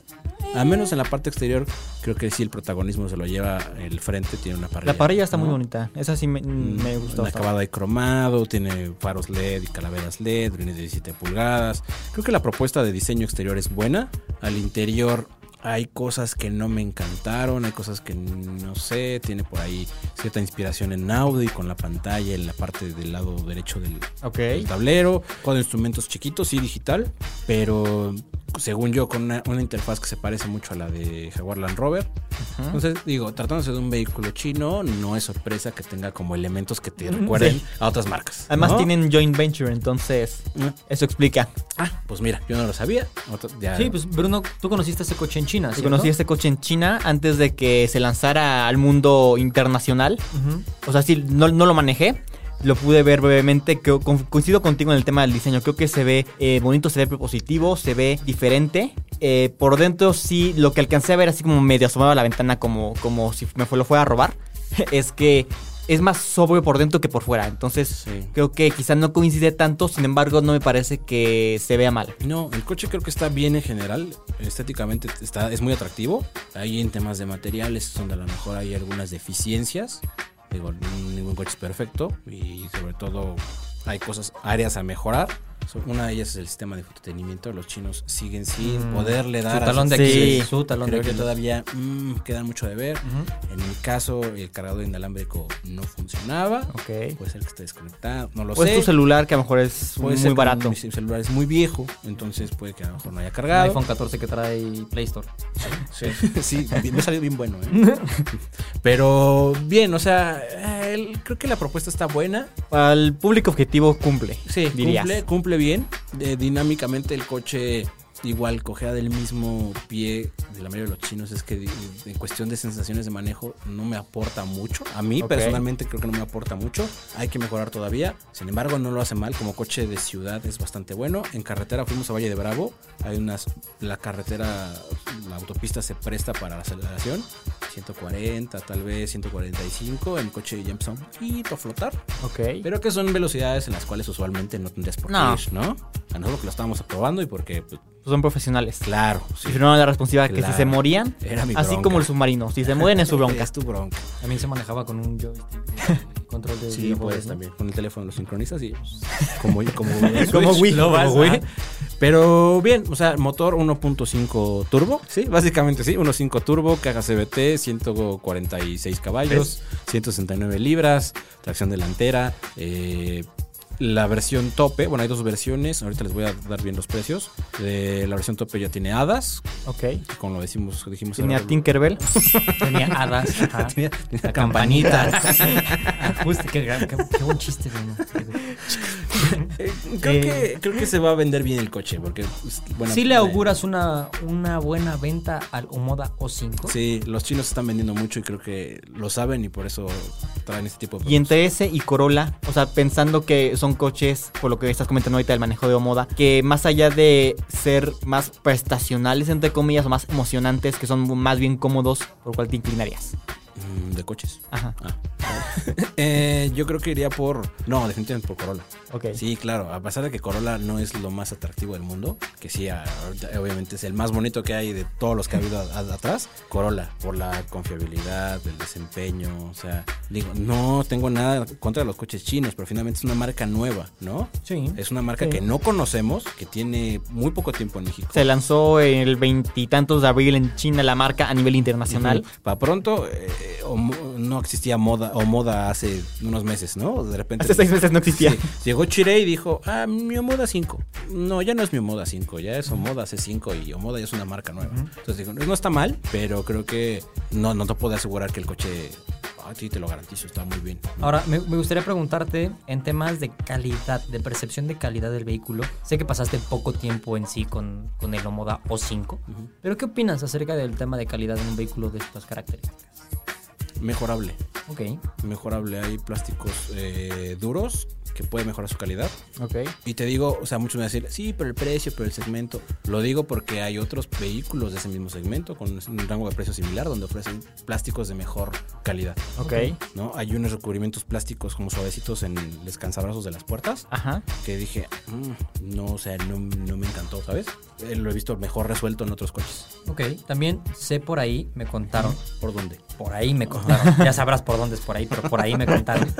Speaker 4: A menos en la parte exterior, creo que sí el protagonismo se lo lleva el frente, tiene una parrilla.
Speaker 3: La parrilla está muy
Speaker 4: ¿no?
Speaker 3: bonita. Esa sí me,
Speaker 4: Mm,
Speaker 3: me gustó.
Speaker 4: un
Speaker 3: bastante.
Speaker 4: acabado de cromado, tiene faros LED y calaveras LED, rines de 17 pulgadas. Creo que la propuesta de diseño exterior es buena. Al interior hay cosas que no me encantaron, hay cosas que no sé, tiene por ahí cierta inspiración en Audi con la pantalla en la parte del lado derecho del,
Speaker 3: Ok.
Speaker 4: del tablero, con instrumentos chiquitos y digital, pero según yo con una, una interfaz que se parece mucho a la de Jaguar Land Rover. Entonces, digo, tratándose de un vehículo chino, no es sorpresa que tenga como elementos que te recuerden a otras marcas.
Speaker 3: Además
Speaker 4: ¿no?
Speaker 3: tienen joint venture, entonces
Speaker 4: Ujú.
Speaker 3: eso explica.
Speaker 4: Ah, pues mira, yo no lo sabía. Otra- ya-
Speaker 2: Sí, pues Bruno, tú conociste ese coche en China,
Speaker 3: Yo
Speaker 2: ¿Ah, ¿cierto?
Speaker 3: Conocí este coche en China antes de que se lanzara al mundo internacional.
Speaker 2: Ujú.
Speaker 3: O sea, sí, no, no lo manejé, Lo pude ver brevemente. que con- coincido contigo en el tema del diseño. Creo que se ve eh, bonito, se ve propositivo, se ve diferente. Eh, por dentro sí, lo que alcancé a ver así como medio asomado a la ventana como, como si me fue- lo fuera a robar, es que es más sobrio por dentro que por fuera. Entonces
Speaker 4: Sí.
Speaker 3: creo que quizás no coincide tanto, sin embargo no me parece que se vea mal.
Speaker 4: No, el coche creo que está bien en general. Estéticamente está, es muy atractivo. Ahí en temas de materiales es donde a lo mejor hay algunas deficiencias. Digo, ningún coche es perfecto. Y sobre todo hay cosas, áreas a mejorar. So- Una de ellas es el sistema de entretenimiento. Los chinos siguen sin poderle dar
Speaker 2: Mm. Su
Speaker 4: a
Speaker 2: talón de
Speaker 4: sus-
Speaker 2: Aquiles.
Speaker 3: Sí.
Speaker 2: Su talón de
Speaker 4: Creo que
Speaker 2: Aquiles.
Speaker 4: todavía mm, quedan mucho de ver. En mi caso, el cargador inalámbrico no funcionaba.
Speaker 3: Ok.
Speaker 4: Puede ser que esté desconectado. No lo
Speaker 3: O
Speaker 4: sé.
Speaker 3: es tu celular que a lo mejor es
Speaker 4: Puede ser
Speaker 3: muy
Speaker 4: que
Speaker 3: barato.
Speaker 4: Mi celular es muy viejo, entonces puede que a lo mejor no haya
Speaker 2: El
Speaker 4: cargado.
Speaker 2: iPhone 14 que trae Play Store.
Speaker 4: Sí, sí, bien- me salió bien bueno. ¿eh? Pero bien, o sea, eh, el- creo que la propuesta está buena.
Speaker 3: Al público objetivo cumple.
Speaker 4: Sí,
Speaker 3: dirías.
Speaker 4: cumple, cumple bien. Eh, dinámicamente el coche igual cojea del mismo pie de la mayoría de los chinos. Es que di- en cuestión de sensaciones de manejo no me aporta mucho. A mí
Speaker 3: Ok.
Speaker 4: personalmente creo que no me aporta mucho. Hay que mejorar todavía. Sin embargo, no lo hace mal. Como coche de ciudad es bastante bueno. En carretera fuimos a Valle de Bravo. Hay unas... La carretera, la autopista se presta para la aceleración. 140, tal vez 145. El coche ya empezó un poquito a flotar.
Speaker 3: Ok.
Speaker 4: Pero que son velocidades en las cuales usualmente no tendrías por qué
Speaker 3: No.
Speaker 4: ir, ¿no? A nosotros que lo estábamos aprobando y porque, pues,
Speaker 3: Son profesionales.
Speaker 4: claro, sí.
Speaker 3: Y firmaron la responsiva que
Speaker 4: Claro.
Speaker 3: si se morían,
Speaker 4: Era mi
Speaker 3: así
Speaker 4: bronca.
Speaker 3: como el submarino, si se mueren es su bronca.
Speaker 4: Es tu bronca.
Speaker 2: También se manejaba con un joystick, eh, control de
Speaker 4: Sí, pues,
Speaker 2: videojuegos,
Speaker 4: puedes
Speaker 2: ¿no?
Speaker 4: también. Con el teléfono lo sincronizas y pues, como, como,
Speaker 3: Como Wii,
Speaker 4: lo
Speaker 3: como
Speaker 4: vas,
Speaker 3: Wii.
Speaker 4: ajá. Pero bien, o sea, motor 1.5 turbo. Sí, básicamente sí. 1.5 turbo, caja CBT, 146 caballos, 169 libras, tracción delantera. eh, la versión tope, bueno, hay dos versiones. Ahorita les voy a dar bien los precios. Eh, la versión tope ya tiene hadas,
Speaker 3: Ok.
Speaker 4: como lo decimos, dijimos.
Speaker 3: Tiene a
Speaker 4: ahora.
Speaker 3: Tinkerbell.
Speaker 2: Tenía hadas. ajá.
Speaker 4: Tenía- tenía
Speaker 2: La campanita. Justo, qué, gran- qué- qué buen chiste, güey, ¿no?
Speaker 4: Eh, Creo, que, creo que se va a vender bien el coche, porque. pues, buena-
Speaker 2: Sí le auguras una, una buena venta al Omoda O5.
Speaker 4: Sí, los chinos están vendiendo mucho y creo que lo saben y por eso traen este tipo de
Speaker 3: Y
Speaker 4: productos.
Speaker 3: entre ese y Corolla, o sea, pensando que son coches, por lo que estás comentando ahorita del manejo de Omoda, que más allá de ser más prestacionales, entre comillas, o más emocionantes, que son más bien cómodos, por cual te inclinarías.
Speaker 4: Mm, de coches.
Speaker 3: Ajá,
Speaker 4: Ah. Eh, yo creo que iría por. No, definitivamente por Corolla.
Speaker 3: ok.
Speaker 4: Sí, claro. A pesar de que Corolla no es lo más atractivo del mundo, que sí, a- ahorita, obviamente es el más bonito que hay de todos los que ha habido a- a- atrás. Corolla, por la confiabilidad, el desempeño. O sea, digo, no tengo nada contra los coches chinos, pero finalmente es una marca nueva, ¿no?
Speaker 2: Sí.
Speaker 4: Es una marca
Speaker 2: Sí.
Speaker 4: que no conocemos, que tiene muy poco tiempo en México.
Speaker 3: Se lanzó el veintitantos de abril en China la marca a nivel internacional.
Speaker 4: Para pronto, eh, o mo- no existía moda o moda hace unos meses, ¿no? De repente.
Speaker 3: Hace seis meses no existía.
Speaker 4: Sí. Llegó Chirey y dijo, ah, mi Omoda 5. No, ya no es mi Omoda 5, ya es Omoda C5 y Omoda ya es una marca nueva. Entonces dijo, no está mal, pero creo que no, no te puedo asegurar que el coche, a ti te lo garantizo, está muy bien.
Speaker 2: Ahora, me, me gustaría preguntarte en temas de calidad, de percepción de calidad del vehículo. Sé que pasaste poco tiempo en sí con, con el Omoda O5, pero ¿qué opinas acerca del tema de calidad en un vehículo de estas características?
Speaker 4: Mejorable.
Speaker 2: Ok,
Speaker 4: Mejorable. Hay plásticos eh, duros que puede mejorar su calidad.
Speaker 3: Ok.
Speaker 4: Y te digo, o sea, muchos me van a decir, sí, pero el precio, pero el segmento. Lo digo porque hay otros vehículos de ese mismo segmento con un rango de precio similar donde ofrecen plásticos de mejor calidad.
Speaker 3: Ok.
Speaker 4: ¿no? Hay unos recubrimientos plásticos como suavecitos en los cantabrazos de las puertas
Speaker 3: Ajá.
Speaker 4: que dije, "Mm, no, o sea, no, no me encantó, ¿sabes? Eh, lo he visto mejor resuelto en otros coches.
Speaker 2: ok. También sé por ahí, me contaron,
Speaker 4: ¿Por dónde?
Speaker 2: por ahí me contaron, ya sabrás por dónde es por ahí, pero por ahí me contaron,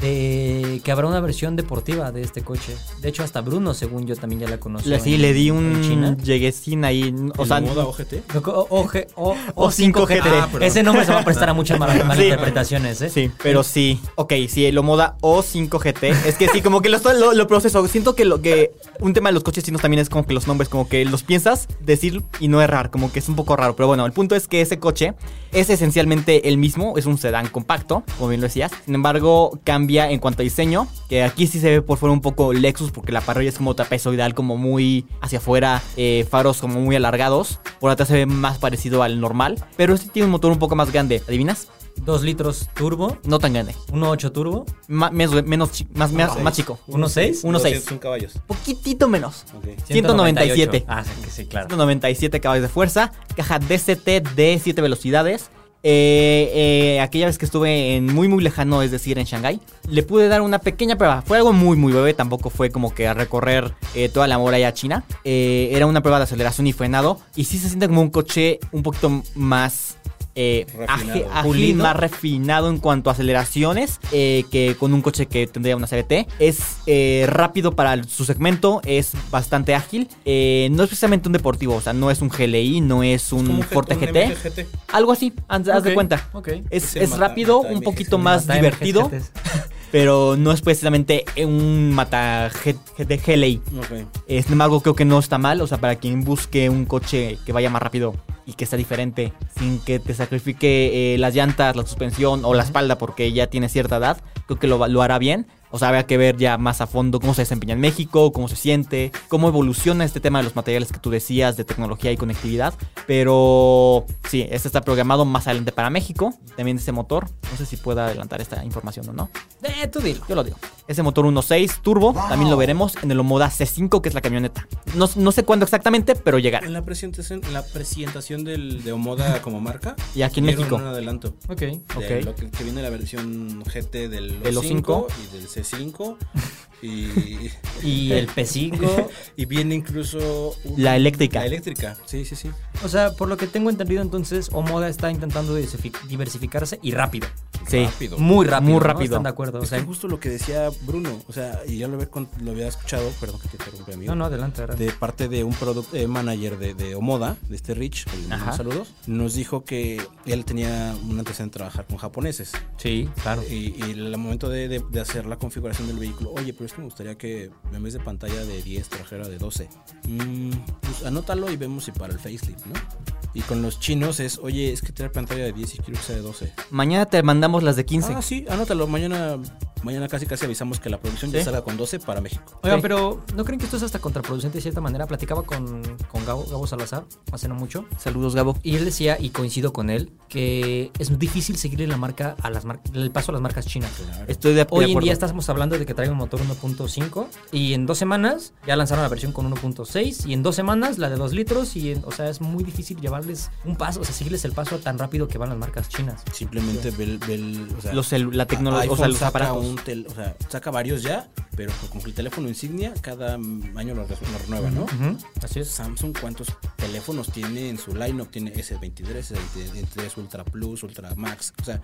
Speaker 2: de que habrá una versión deportiva de este coche. De hecho, hasta Bruno, según yo, también ya la conoció.
Speaker 3: Le, sí,
Speaker 2: en-
Speaker 3: le di
Speaker 2: en
Speaker 3: un
Speaker 2: China.
Speaker 3: lleguecín ahí. O
Speaker 4: ¿En
Speaker 3: sea,
Speaker 4: moda OGT?
Speaker 2: No, co- O, G- o,
Speaker 3: O 5
Speaker 2: 5G.
Speaker 3: GT.
Speaker 2: Ah, perdón. Ese nombre se va a prestar a muchas mal- malinterpretaciones, ¿eh?
Speaker 3: Sí, pero sí. Ok, sí, el Omoda O5GT. Es que sí, como que lo, lo, lo proceso. Siento que lo que un tema de los coches chinos también es como que los nombres, como que los piensas decir y no errar, como que es un poco raro. Pero bueno, el punto es que ese coche es esencialmente el mismo, es un sedán compacto, como bien lo decías. Sin embargo, cambia en cuanto a diseño, que aquí sí se ve por fuera un poco Lexus, porque la parrilla es como trapezoidal, como muy hacia afuera, eh, faros como muy alargados. Por atrás se ve más parecido al normal, pero este tiene un motor un poco más grande. ¿Adivinas?
Speaker 2: 2 litros turbo,
Speaker 3: No tan grande.
Speaker 2: 1.8 turbo,
Speaker 3: Ma- menos, menos chi- más, más, más chico.
Speaker 2: 1.6,
Speaker 3: 1.6.
Speaker 4: caballos.
Speaker 3: Poquitito menos.
Speaker 4: Ok.
Speaker 3: 197.
Speaker 2: Ah, sí, que sí, claro.
Speaker 3: 197 caballos de fuerza, caja DCT de 7 velocidades. Eh, eh, aquella vez que estuve en muy muy lejano, es decir, en Shanghái, le pude dar una pequeña prueba. Fue algo muy muy breve, tampoco fue como que a recorrer eh, toda la muralla china. Eh, era una prueba de aceleración y frenado. Y sí se siente como un coche un poquito más eh,
Speaker 4: Refinado.
Speaker 3: aje- ágil,
Speaker 2: Pulido.
Speaker 3: más refinado en cuanto a aceleraciones eh, que con un coche que tendría una CBT. Es eh, rápido para su segmento, es bastante ágil. Eh, no es precisamente un deportivo, o sea, no es un GLI, no es un Forte GT. Algo así, haz, haz de
Speaker 2: Ok,
Speaker 3: cuenta.
Speaker 2: ok.
Speaker 3: Es,
Speaker 4: el
Speaker 3: es
Speaker 4: mata-
Speaker 3: rápido,
Speaker 4: mata
Speaker 3: un
Speaker 4: MGs.
Speaker 3: poquito más
Speaker 2: Mata
Speaker 3: divertido,
Speaker 2: MGs.
Speaker 3: pero no es precisamente un mata G- de GLI. Eh, Sin embargo, creo que no está mal. O sea, para quien busque un coche que vaya más rápido y que sea diferente, sin que te sacrifique eh, las llantas, la suspensión o la espalda porque ya tiene cierta edad, creo que lo, va- lo hará bien. O sea, habrá que ver ya más a fondo cómo se desempeña en México, cómo se siente, cómo evoluciona este tema de los materiales que tú decías, de tecnología y conectividad. Pero sí, este está programado más adelante para México, también ese motor. No sé si pueda adelantar esta información o no.
Speaker 2: Eh, tú dilo.
Speaker 3: Yo lo digo. Ese motor 1.6 turbo también lo veremos en el Omoda C5, que es la camioneta. No, no sé cuándo exactamente, pero llegará.
Speaker 4: En la presentación, en la presentación del, de Omoda como marca.
Speaker 3: Y aquí en
Speaker 4: dieron
Speaker 3: México.
Speaker 4: Un adelanto.
Speaker 2: Ok.
Speaker 4: De
Speaker 3: Ok.
Speaker 4: lo que, que viene la versión GT del
Speaker 3: Del
Speaker 4: O5
Speaker 3: O5.
Speaker 4: y del C5. Y,
Speaker 2: Y el P5.
Speaker 4: y viene incluso. un-
Speaker 3: La eléctrica.
Speaker 4: La eléctrica, sí, sí, sí.
Speaker 2: O sea, por lo que tengo entendido entonces, Omoda está intentando diversific- diversificarse y rápido.
Speaker 3: Sí.
Speaker 4: Rápido.
Speaker 2: Muy rápido. ¿no?
Speaker 3: Muy rápido.
Speaker 2: ¿Están de acuerdo? O
Speaker 4: Es
Speaker 2: sea,
Speaker 4: que justo lo que decía Bruno, o sea, y ya lo había, con- lo había escuchado, perdón que te interrumpí, amigo.
Speaker 2: no, no, adelante. adelante.
Speaker 4: de parte de un product eh, manager de, de Omoda, de este Rich, que le mando
Speaker 2: Ajá.
Speaker 4: saludos, nos dijo que él tenía un antecedente de trabajar con japoneses.
Speaker 2: Sí, claro.
Speaker 4: Y, y al momento de, de- de hacer la configuración del vehículo, oye, pero es que me gustaría que en vez de pantalla de 10 trajera de 12. Mm, pues anótalo y vemos si para el facelift, ¿no? Y con los chinos es, oye, es que trae pantalla de 10 y quiero que sea de 12.
Speaker 3: Mañana te mandamos las de 15.
Speaker 4: Ah, sí, anótalo. Mañana, mañana casi casi avisamos que la producción ya salga con 12 para México.
Speaker 2: Oigan, pero ¿no creen que esto es hasta contraproducente de cierta manera? Platicaba con, con Gabo, Gabo Salazar hace no mucho.
Speaker 3: Saludos, Gabo.
Speaker 2: Y él decía, y coincido con él, que es difícil seguirle la marca a las mar- el paso a las marcas chinas.
Speaker 3: Estoy de, de
Speaker 2: Hoy en
Speaker 3: acuerdo.
Speaker 2: día estamos hablando de que trae un motor 1.5 y en dos semanas ya lanzaron la versión con 1.6 y en dos semanas la de 2 litros y en- o sea es muy difícil llevarles un paso, o sea seguirles el paso tan rápido que van las marcas chinas.
Speaker 4: Simplemente ve, el- ve el- o sea,
Speaker 3: Los celu- la tecnología, o sea,
Speaker 4: iPhone
Speaker 3: los
Speaker 4: saca
Speaker 3: aparatos.
Speaker 4: un tel- o sea, saca varios ya, pero con el teléfono insignia cada año lo, re- lo renueva, ¿no?
Speaker 2: Ujú, Así es.
Speaker 4: Samsung, ¿cuántos teléfonos tiene en su lineup? Tiene S23, S23 Ultra Plus, Ultra Max. O sea,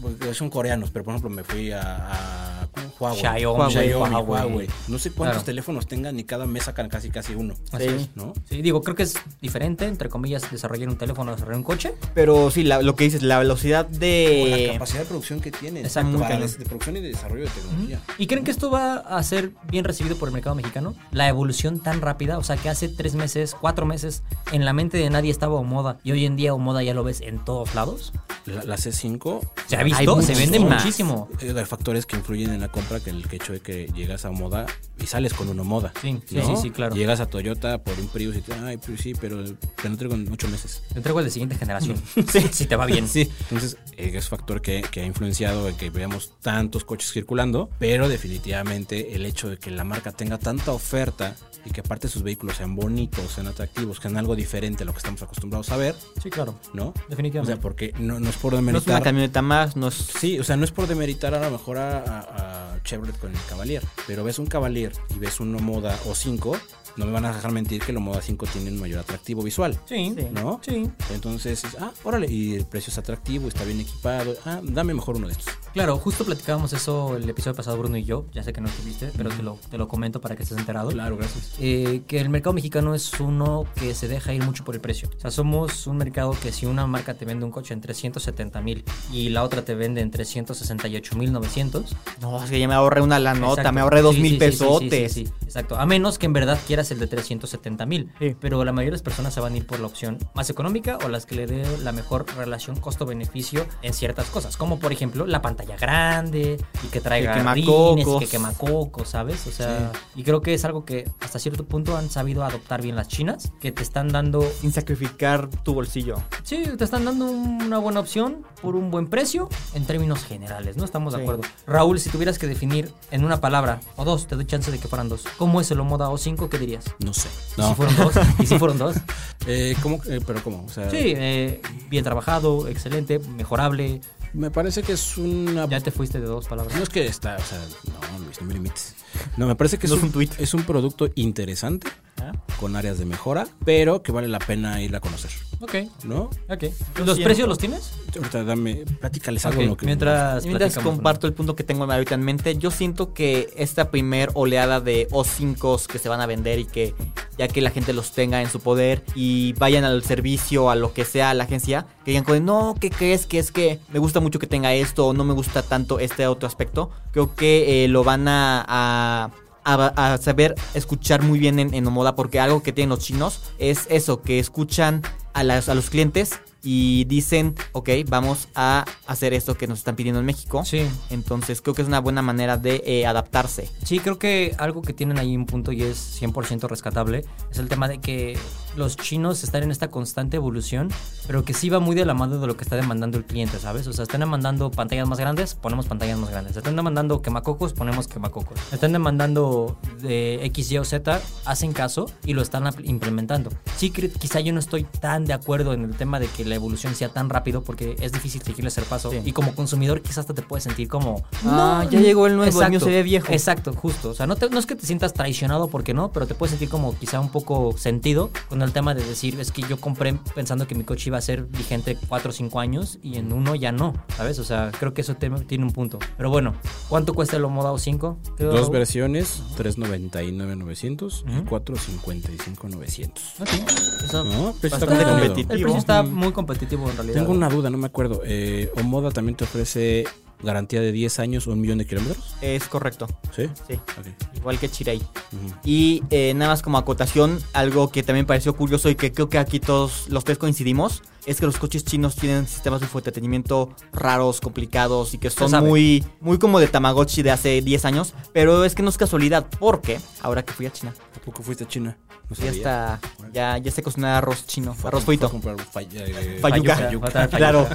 Speaker 4: pues, son coreanos, pero por ejemplo me fui a, a ¿cómo? Huawei.
Speaker 2: Xiaomi,
Speaker 4: Xiaomi,
Speaker 2: Huawei.
Speaker 4: Huawei. No sé cuántos
Speaker 2: Claro.
Speaker 4: teléfonos tengan y cada mes sacan casi casi uno.
Speaker 2: Así es.
Speaker 4: ¿No?
Speaker 2: Sí, digo, creo que es diferente, entre comillas, desarrollar un teléfono, desarrollar un coche.
Speaker 3: Pero sí, la- lo que dices, la velocidad
Speaker 2: Eh,
Speaker 4: O la
Speaker 3: de.
Speaker 4: capacidad de producción que tiene.
Speaker 2: Exacto.
Speaker 4: Para
Speaker 2: Cañón.
Speaker 4: des- de producción y de desarrollo de tecnología.
Speaker 2: ¿Y creen que esto va a ser bien recibido por el mercado mexicano? La evolución tan rápida, o sea, que hace tres meses, cuatro meses, en la mente de nadie estaba Omoda y hoy en día Omoda ya lo ves en todos lados.
Speaker 4: La, la C5.
Speaker 2: ¿Se ha
Speaker 3: Hay
Speaker 2: visto? Se vende
Speaker 3: muchísimas.
Speaker 2: muchísimo.
Speaker 4: eh, Hay factores que influyen en la compra que el que hecho de que llegas a moda y sales con una moda.
Speaker 2: Sí, sí, sí, sí, claro.
Speaker 4: Llegas a Toyota por un Prius y te ay, Prius sí, pero te lo traigo en ocho meses.
Speaker 2: Te entrego el de siguiente generación. Si te va bien.
Speaker 4: Sí, entonces eh, es factor que, que ha influenciado en que veamos tantos coches circulando, pero definitivamente el hecho de que la marca tenga tanta oferta y que aparte sus vehículos sean bonitos, sean atractivos, sean algo diferente a lo que estamos acostumbrados a ver,
Speaker 2: Sí, claro.
Speaker 4: ¿no? O
Speaker 2: Definitivamente.
Speaker 4: sea, porque no, no es por
Speaker 3: No es una
Speaker 4: demeritar.
Speaker 3: camioneta más, no es.
Speaker 4: Sí, o sea, no es por demeritar a lo mejor a, a- a Chevrolet con el Cavalier, pero ves un Cavalier y ves un Moda O5, no me van a dejar mentir que el Moda 5 tiene un mayor atractivo visual.
Speaker 2: Sí,
Speaker 4: ¿No?
Speaker 2: Sí.
Speaker 4: Entonces, es, ah, órale, y el precio es atractivo, está bien equipado, ah, dame mejor uno de estos.
Speaker 2: Claro, justo platicábamos eso el episodio pasado, Bruno y yo. Ya sé que no estuviste, pero te lo, te lo comento para que estés enterado.
Speaker 4: Claro, gracias.
Speaker 2: eh, que el mercado mexicano es uno que se deja ir mucho por el precio. O sea, somos un mercado que si una marca te vende un coche en 370 mil y la otra te vende en 368 mil 900.
Speaker 3: No, es que ya me ahorré una la nota,
Speaker 2: Exacto.
Speaker 3: me ahorré dos
Speaker 2: Sí,
Speaker 3: mil
Speaker 2: sí, sí, sí,
Speaker 3: pesotes.
Speaker 2: sí, sí, sí. Exacto. A menos que en verdad quieras el de 370 mil. Pero la mayoría de las personas se van a ir por la opción más económica o las que le dé la mejor relación costo-beneficio en ciertas cosas. Como por ejemplo la pantalla pantalla grande y que traiga
Speaker 3: Que quema
Speaker 2: rines,
Speaker 3: cocos.
Speaker 2: y que quema cocos, ¿sabes? O sea, y creo que es algo que hasta cierto punto han sabido adoptar bien las chinas, que te están dando
Speaker 3: Sin sacrificar tu bolsillo.
Speaker 2: Sí, te están dando una buena opción por un buen precio en términos generales, ¿no? Estamos de
Speaker 3: Sí.
Speaker 2: acuerdo. Raúl, si tuvieras que definir en una palabra o dos, te doy chance de que fueran dos. ¿Cómo es el Omoda O5? ¿Qué dirías?
Speaker 4: No sé.
Speaker 2: ¿Y
Speaker 4: No.
Speaker 2: si fueron dos? ¿Y si fueron dos?
Speaker 4: Eh, ¿cómo? Eh, ¿Pero cómo? O sea,
Speaker 2: Sí, eh, bien trabajado, excelente, mejorable.
Speaker 4: Me parece que es una
Speaker 2: Ya te fuiste de dos palabras.
Speaker 4: No es que está, o sea, no, Luis, no me limites. No, me parece que
Speaker 3: No
Speaker 4: es,
Speaker 3: es un tuit.
Speaker 4: es un producto interesante, con áreas de mejora, pero que vale la pena ir a conocer,
Speaker 2: Ok,
Speaker 4: ¿no?
Speaker 2: ok.
Speaker 3: Yo
Speaker 2: ¿Los
Speaker 3: siento.
Speaker 2: precios los tienes?
Speaker 4: Ahorita dame, platícales
Speaker 2: Ok,
Speaker 4: algo. en lo que
Speaker 2: mientras,
Speaker 3: Y mientras
Speaker 2: platicamos, ¿no?
Speaker 3: comparto el punto que tengo ahorita en mente, yo siento que esta primer oleada de O5s que se van a vender y que ya que la gente los tenga en su poder y vayan al servicio, a lo que sea, a la agencia, que digan, como de, no, ¿qué crees? Que es que me gusta mucho que tenga esto, o no me gusta tanto este otro aspecto. Creo que eh, lo van a- a a, a saber escuchar muy bien en, en Omoda, porque algo que tienen los chinos es eso, que escuchan a, las- a los clientes y dicen, ok, vamos a hacer esto que nos están pidiendo en México.
Speaker 2: Sí.
Speaker 3: Entonces creo que es una buena manera de eh, adaptarse.
Speaker 2: Sí, creo que algo que tienen ahí un punto y es 100% rescatable es el tema de que los chinos están en esta constante evolución, pero que sí va muy de la mano de lo que está demandando el cliente, ¿sabes? O sea, están demandando pantallas más grandes, ponemos pantallas más grandes. Están demandando quemacocos, ponemos quemacocos. Están demandando de X, Y o Z, hacen caso y lo están apl- implementando. Sí, cre- quizá yo no estoy tan de acuerdo en el tema de que la evolución sea tan rápido porque es difícil seguirle hacer paso
Speaker 3: Sí.
Speaker 2: y como consumidor quizás hasta te puedes sentir como...
Speaker 3: Ah,
Speaker 2: "No,
Speaker 3: ya llegó el nuevo, el mío se ve viejo".
Speaker 2: Exacto. Exacto, justo. O sea, no, te- no es que te sientas traicionado porque no, pero te puedes sentir como quizá un poco sentido con el tema de decir, es que yo compré pensando que mi coche iba a ser vigente 4 o 5 años y en uno ya no, ¿sabes? O sea, creo que eso te- tiene un punto. Pero bueno, ¿cuánto cuesta el Omoda O5? Creo-
Speaker 4: Dos versiones, 399.900 y
Speaker 2: Ujú.
Speaker 4: 455.900.
Speaker 2: Ok, eso-
Speaker 4: No, pues está
Speaker 3: Bastante
Speaker 4: contenido.
Speaker 3: competitivo.
Speaker 2: El precio está muy competitivo en realidad.
Speaker 4: Tengo una duda, no me acuerdo. Eh, Omoda también te ofrece garantía de 10 años o un millón de kilómetros.
Speaker 3: Es correcto,
Speaker 4: Sí.
Speaker 3: sí.
Speaker 4: Ok.
Speaker 3: Igual que Chirei.
Speaker 4: Ujú.
Speaker 3: Y eh, nada más como acotación, algo que también pareció curioso y que creo que aquí todos los tres coincidimos, es que los coches chinos tienen sistemas de infoentretenimiento raros, complicados y que son
Speaker 2: sabe.
Speaker 3: muy, muy como de Tamagotchi de hace 10 años. Pero es que no es casualidad, porque ahora que fui a China,
Speaker 4: Tampoco fuiste a China. No
Speaker 3: ya
Speaker 4: sabía.
Speaker 3: está, ya, ya sé cocinar arroz chino,
Speaker 4: Fue a-
Speaker 3: arroz
Speaker 4: fue a
Speaker 3: frito.
Speaker 4: comprar fay- eh,
Speaker 3: Fayuca.
Speaker 2: Fayuca, va a traer
Speaker 3: Claro.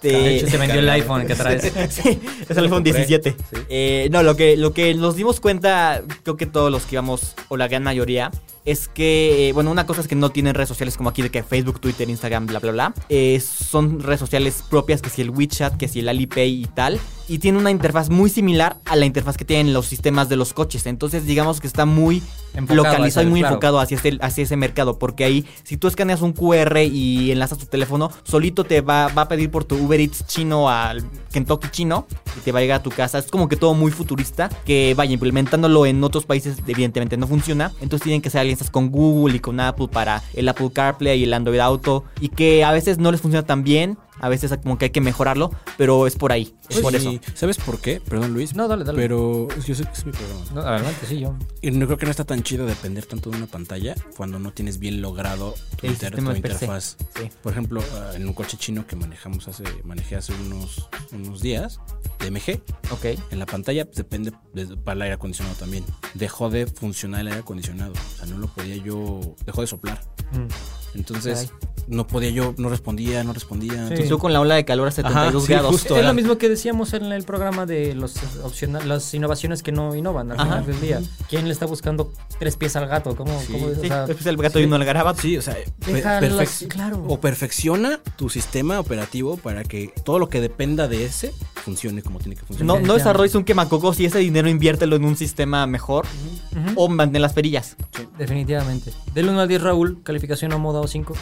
Speaker 3: Te-
Speaker 2: De hecho, se vendió el iPhone que traes.
Speaker 3: sí, es el iPhone
Speaker 4: compré,
Speaker 3: 17.
Speaker 4: sí.
Speaker 3: Eh, no, lo que, lo que nos dimos cuenta, creo que todos los que íbamos, o la gran mayoría, es que, eh, bueno, una cosa es que no tienen redes sociales como aquí de que Facebook, Twitter, Instagram, bla, bla, bla. Eh, son redes sociales propias, que si el WeChat, que si el Alipay y tal. Y tiene una interfaz muy similar a la interfaz que tienen los sistemas de los coches. Entonces, digamos que está muy
Speaker 2: Enfocado
Speaker 3: localizado
Speaker 2: hacia
Speaker 3: y
Speaker 2: el-
Speaker 3: muy
Speaker 2: claro.
Speaker 3: enfocado hacia, este- hacia ese mercado. Porque ahí, si tú escaneas un QR y enlazas tu teléfono, solito te va, va a pedir por tu Uber Eats chino al Kentucky chino y te va a llegar a tu casa. Es como que todo muy futurista. Que vaya implementándolo en otros países, evidentemente no funciona. Entonces tienen que hacer alianzas con Google y con Apple para el Apple CarPlay y el Android Auto. Y que a veces no les funciona tan bien. A veces como que hay que mejorarlo, pero es por ahí. Es
Speaker 4: Pues
Speaker 3: por
Speaker 4: sí.
Speaker 3: eso.
Speaker 4: ¿Sabes por qué? Perdón, Luis.
Speaker 2: No, dale, dale.
Speaker 4: Pero es- yo sé que es mi programa.
Speaker 2: No, adelante, sí, yo.
Speaker 4: Y no creo que no está tan chido depender tanto de una pantalla cuando no tienes bien logrado tu,
Speaker 3: El
Speaker 4: inter-
Speaker 3: sistema
Speaker 4: tu
Speaker 3: per se.
Speaker 4: interfaz.
Speaker 3: Sí.
Speaker 4: Por ejemplo, ah, en un coche chino que manejamos hace, manejé hace unos, unos días, DMG,
Speaker 3: Ok.
Speaker 4: en la pantalla pues, depende de- para el aire acondicionado también. Dejó de funcionar el aire acondicionado. O sea, no lo podía yo. Dejó de soplar.
Speaker 2: Mm.
Speaker 4: Entonces, no podía yo, no respondía, no respondía. Entonces,
Speaker 3: Tú con la ola de calor a 72
Speaker 4: Ajá, sí,
Speaker 3: grados.
Speaker 4: justo.
Speaker 2: es lo
Speaker 4: era-
Speaker 2: mismo que decíamos en el programa de los opciona- las innovaciones que no innovan al
Speaker 3: Ajá.
Speaker 2: final del día. ¿Quién le está buscando tres pies al gato? ¿Cómo, cómo es? O
Speaker 3: Sí,
Speaker 2: sea,
Speaker 3: después el gato y uno al garabato.
Speaker 4: Sí, o sea, pe-
Speaker 2: Déjalas,
Speaker 4: perfec-
Speaker 2: claro.
Speaker 4: o perfecciona tu sistema operativo para que todo lo que dependa de ese funcione como tiene que
Speaker 3: No,
Speaker 4: funcionar.
Speaker 3: no desarrolles un quemacocos y ese dinero inviértelo en un sistema mejor
Speaker 2: ujú,
Speaker 3: o mantén las perillas.
Speaker 2: Definitivamente. Del 1 al 10, Raúl, calificación a moda o 5.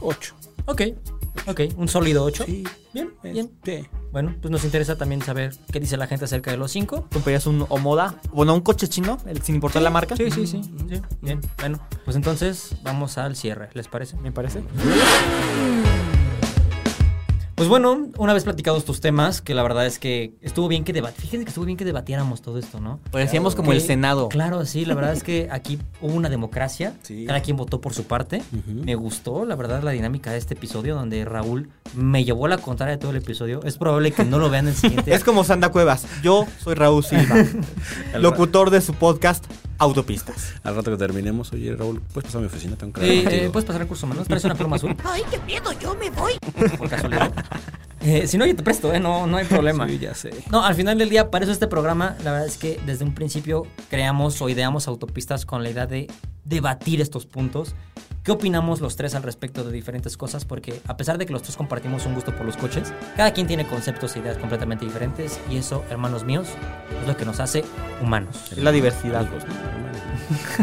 Speaker 4: 8.
Speaker 2: Ok, ok, un sólido 8.
Speaker 4: Sí.
Speaker 2: Bien,
Speaker 4: Es-
Speaker 2: bien.
Speaker 4: sí.
Speaker 2: Bueno, pues nos interesa también saber qué dice la gente acerca de los 5.
Speaker 3: Comprarías un Omoda, bueno, un coche chino, el- sin importar la marca.
Speaker 2: Sí, sí, sí, sí. Bien, bueno. Pues entonces vamos al cierre, ¿les parece?
Speaker 3: Me parece.
Speaker 2: Pues bueno, una vez platicados tus temas, que la verdad es que estuvo bien que debat... Fíjense que estuvo bien que debatiéramos todo esto, ¿no?
Speaker 3: Parecíamos Pues, como el
Speaker 2: Que-
Speaker 3: Senado.
Speaker 2: Claro, sí, la verdad es que aquí hubo una democracia.
Speaker 4: Sí.
Speaker 2: Cada quien votó por su parte. Me gustó, la verdad, la dinámica de este episodio donde Raúl me llevó la contraria de todo el episodio. Es probable que no lo vean en el siguiente.
Speaker 3: Es como Santa Cuevas. Yo soy Raúl Silva, locutor de su podcast Autopistas.
Speaker 4: Al rato que terminemos, oye, Raúl, ¿puedes pasar a mi oficina? Tengo que hablar
Speaker 2: Eh, eh,
Speaker 4: contigo.
Speaker 2: ¿Puedes pasar el curso manos? ¿Traes una pluma azul?
Speaker 7: ¡Ay, qué miedo! ¡Yo me voy!
Speaker 2: Por casualidad. Eh, si no, yo te presto, ¿eh? No, no hay problema.
Speaker 4: Sí, ya sé.
Speaker 2: No, al final del día, para eso este programa, la verdad es que desde un principio creamos o ideamos autopistas con la idea de debatir estos puntos. ¿Qué opinamos los tres al respecto de diferentes cosas? Porque a pesar de que los tres compartimos un gusto por los coches, cada quien tiene conceptos e ideas completamente diferentes y eso, hermanos míos, es lo que nos hace humanos.
Speaker 3: Es la diversidad.
Speaker 4: Amigos, ¿no? Hermanos.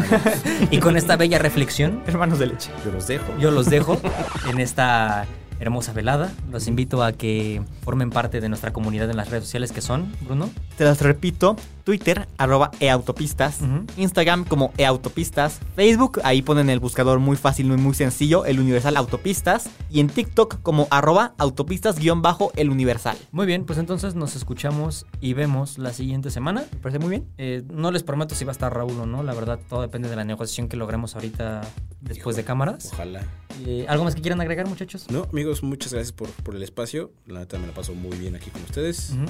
Speaker 2: Y con esta bella reflexión,
Speaker 3: Hermanos de leche.
Speaker 4: Yo los dejo.
Speaker 2: yo los dejo en esta hermosa velada. Los invito a que formen parte de nuestra comunidad en las redes sociales que son, Bruno.
Speaker 3: Te las repito, Twitter, arroba eautopistas,
Speaker 2: Ujú.
Speaker 3: Instagram como eautopistas, Facebook, ahí ponen el buscador muy fácil, muy, muy sencillo, el universal autopistas, y en TikTok como arroba autopistas guión bajo el universal.
Speaker 2: Muy bien, pues entonces nos escuchamos y vemos la siguiente semana.
Speaker 3: ¿Me parece muy bien?
Speaker 2: Eh, no les prometo si va a estar Raúl o no, la verdad todo depende de la negociación que logremos ahorita después de cámaras.
Speaker 4: Ojalá.
Speaker 2: Eh, ¿Algo más que quieran agregar muchachos?
Speaker 4: No, amigos, muchas gracias por, por el espacio. La neta me la paso muy bien aquí con ustedes.
Speaker 2: Ujú.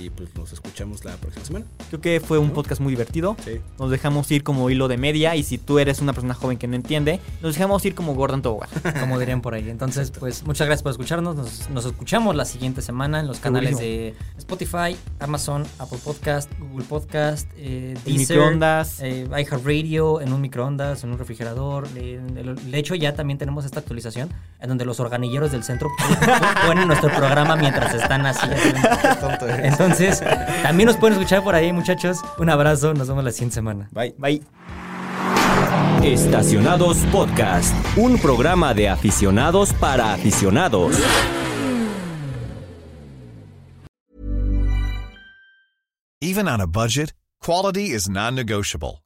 Speaker 4: Y pues nos escuchamos la próxima semana.
Speaker 3: Creo que fue un podcast muy divertido.
Speaker 4: Sí.
Speaker 3: Nos dejamos ir como hilo de media y si tú eres una persona joven que no entiende, nos dejamos ir como Gordon Tobogán.
Speaker 2: Como dirían por ahí. Entonces, pues muchas gracias por escucharnos. Nos, nos escuchamos la siguiente semana en los canales de Spotify, Amazon, Apple Podcast, Google Podcast, eh,
Speaker 3: El
Speaker 2: Deezer,
Speaker 3: microondas.
Speaker 2: eh, iHeartRadio, en un microondas, en un refrigerador. eh, en el- De hecho, ya también tenemos esta actualización en donde los organilleros del centro ponen nuestro programa mientras están así. Entonces, también nos pueden escuchar por ahí, muchachos. Un abrazo, nos vemos la siguiente semana.
Speaker 4: Bye.
Speaker 3: Bye.
Speaker 1: Estacionados Podcast, un programa de aficionados para aficionados.
Speaker 8: Even on a budget, quality is non-negotiable.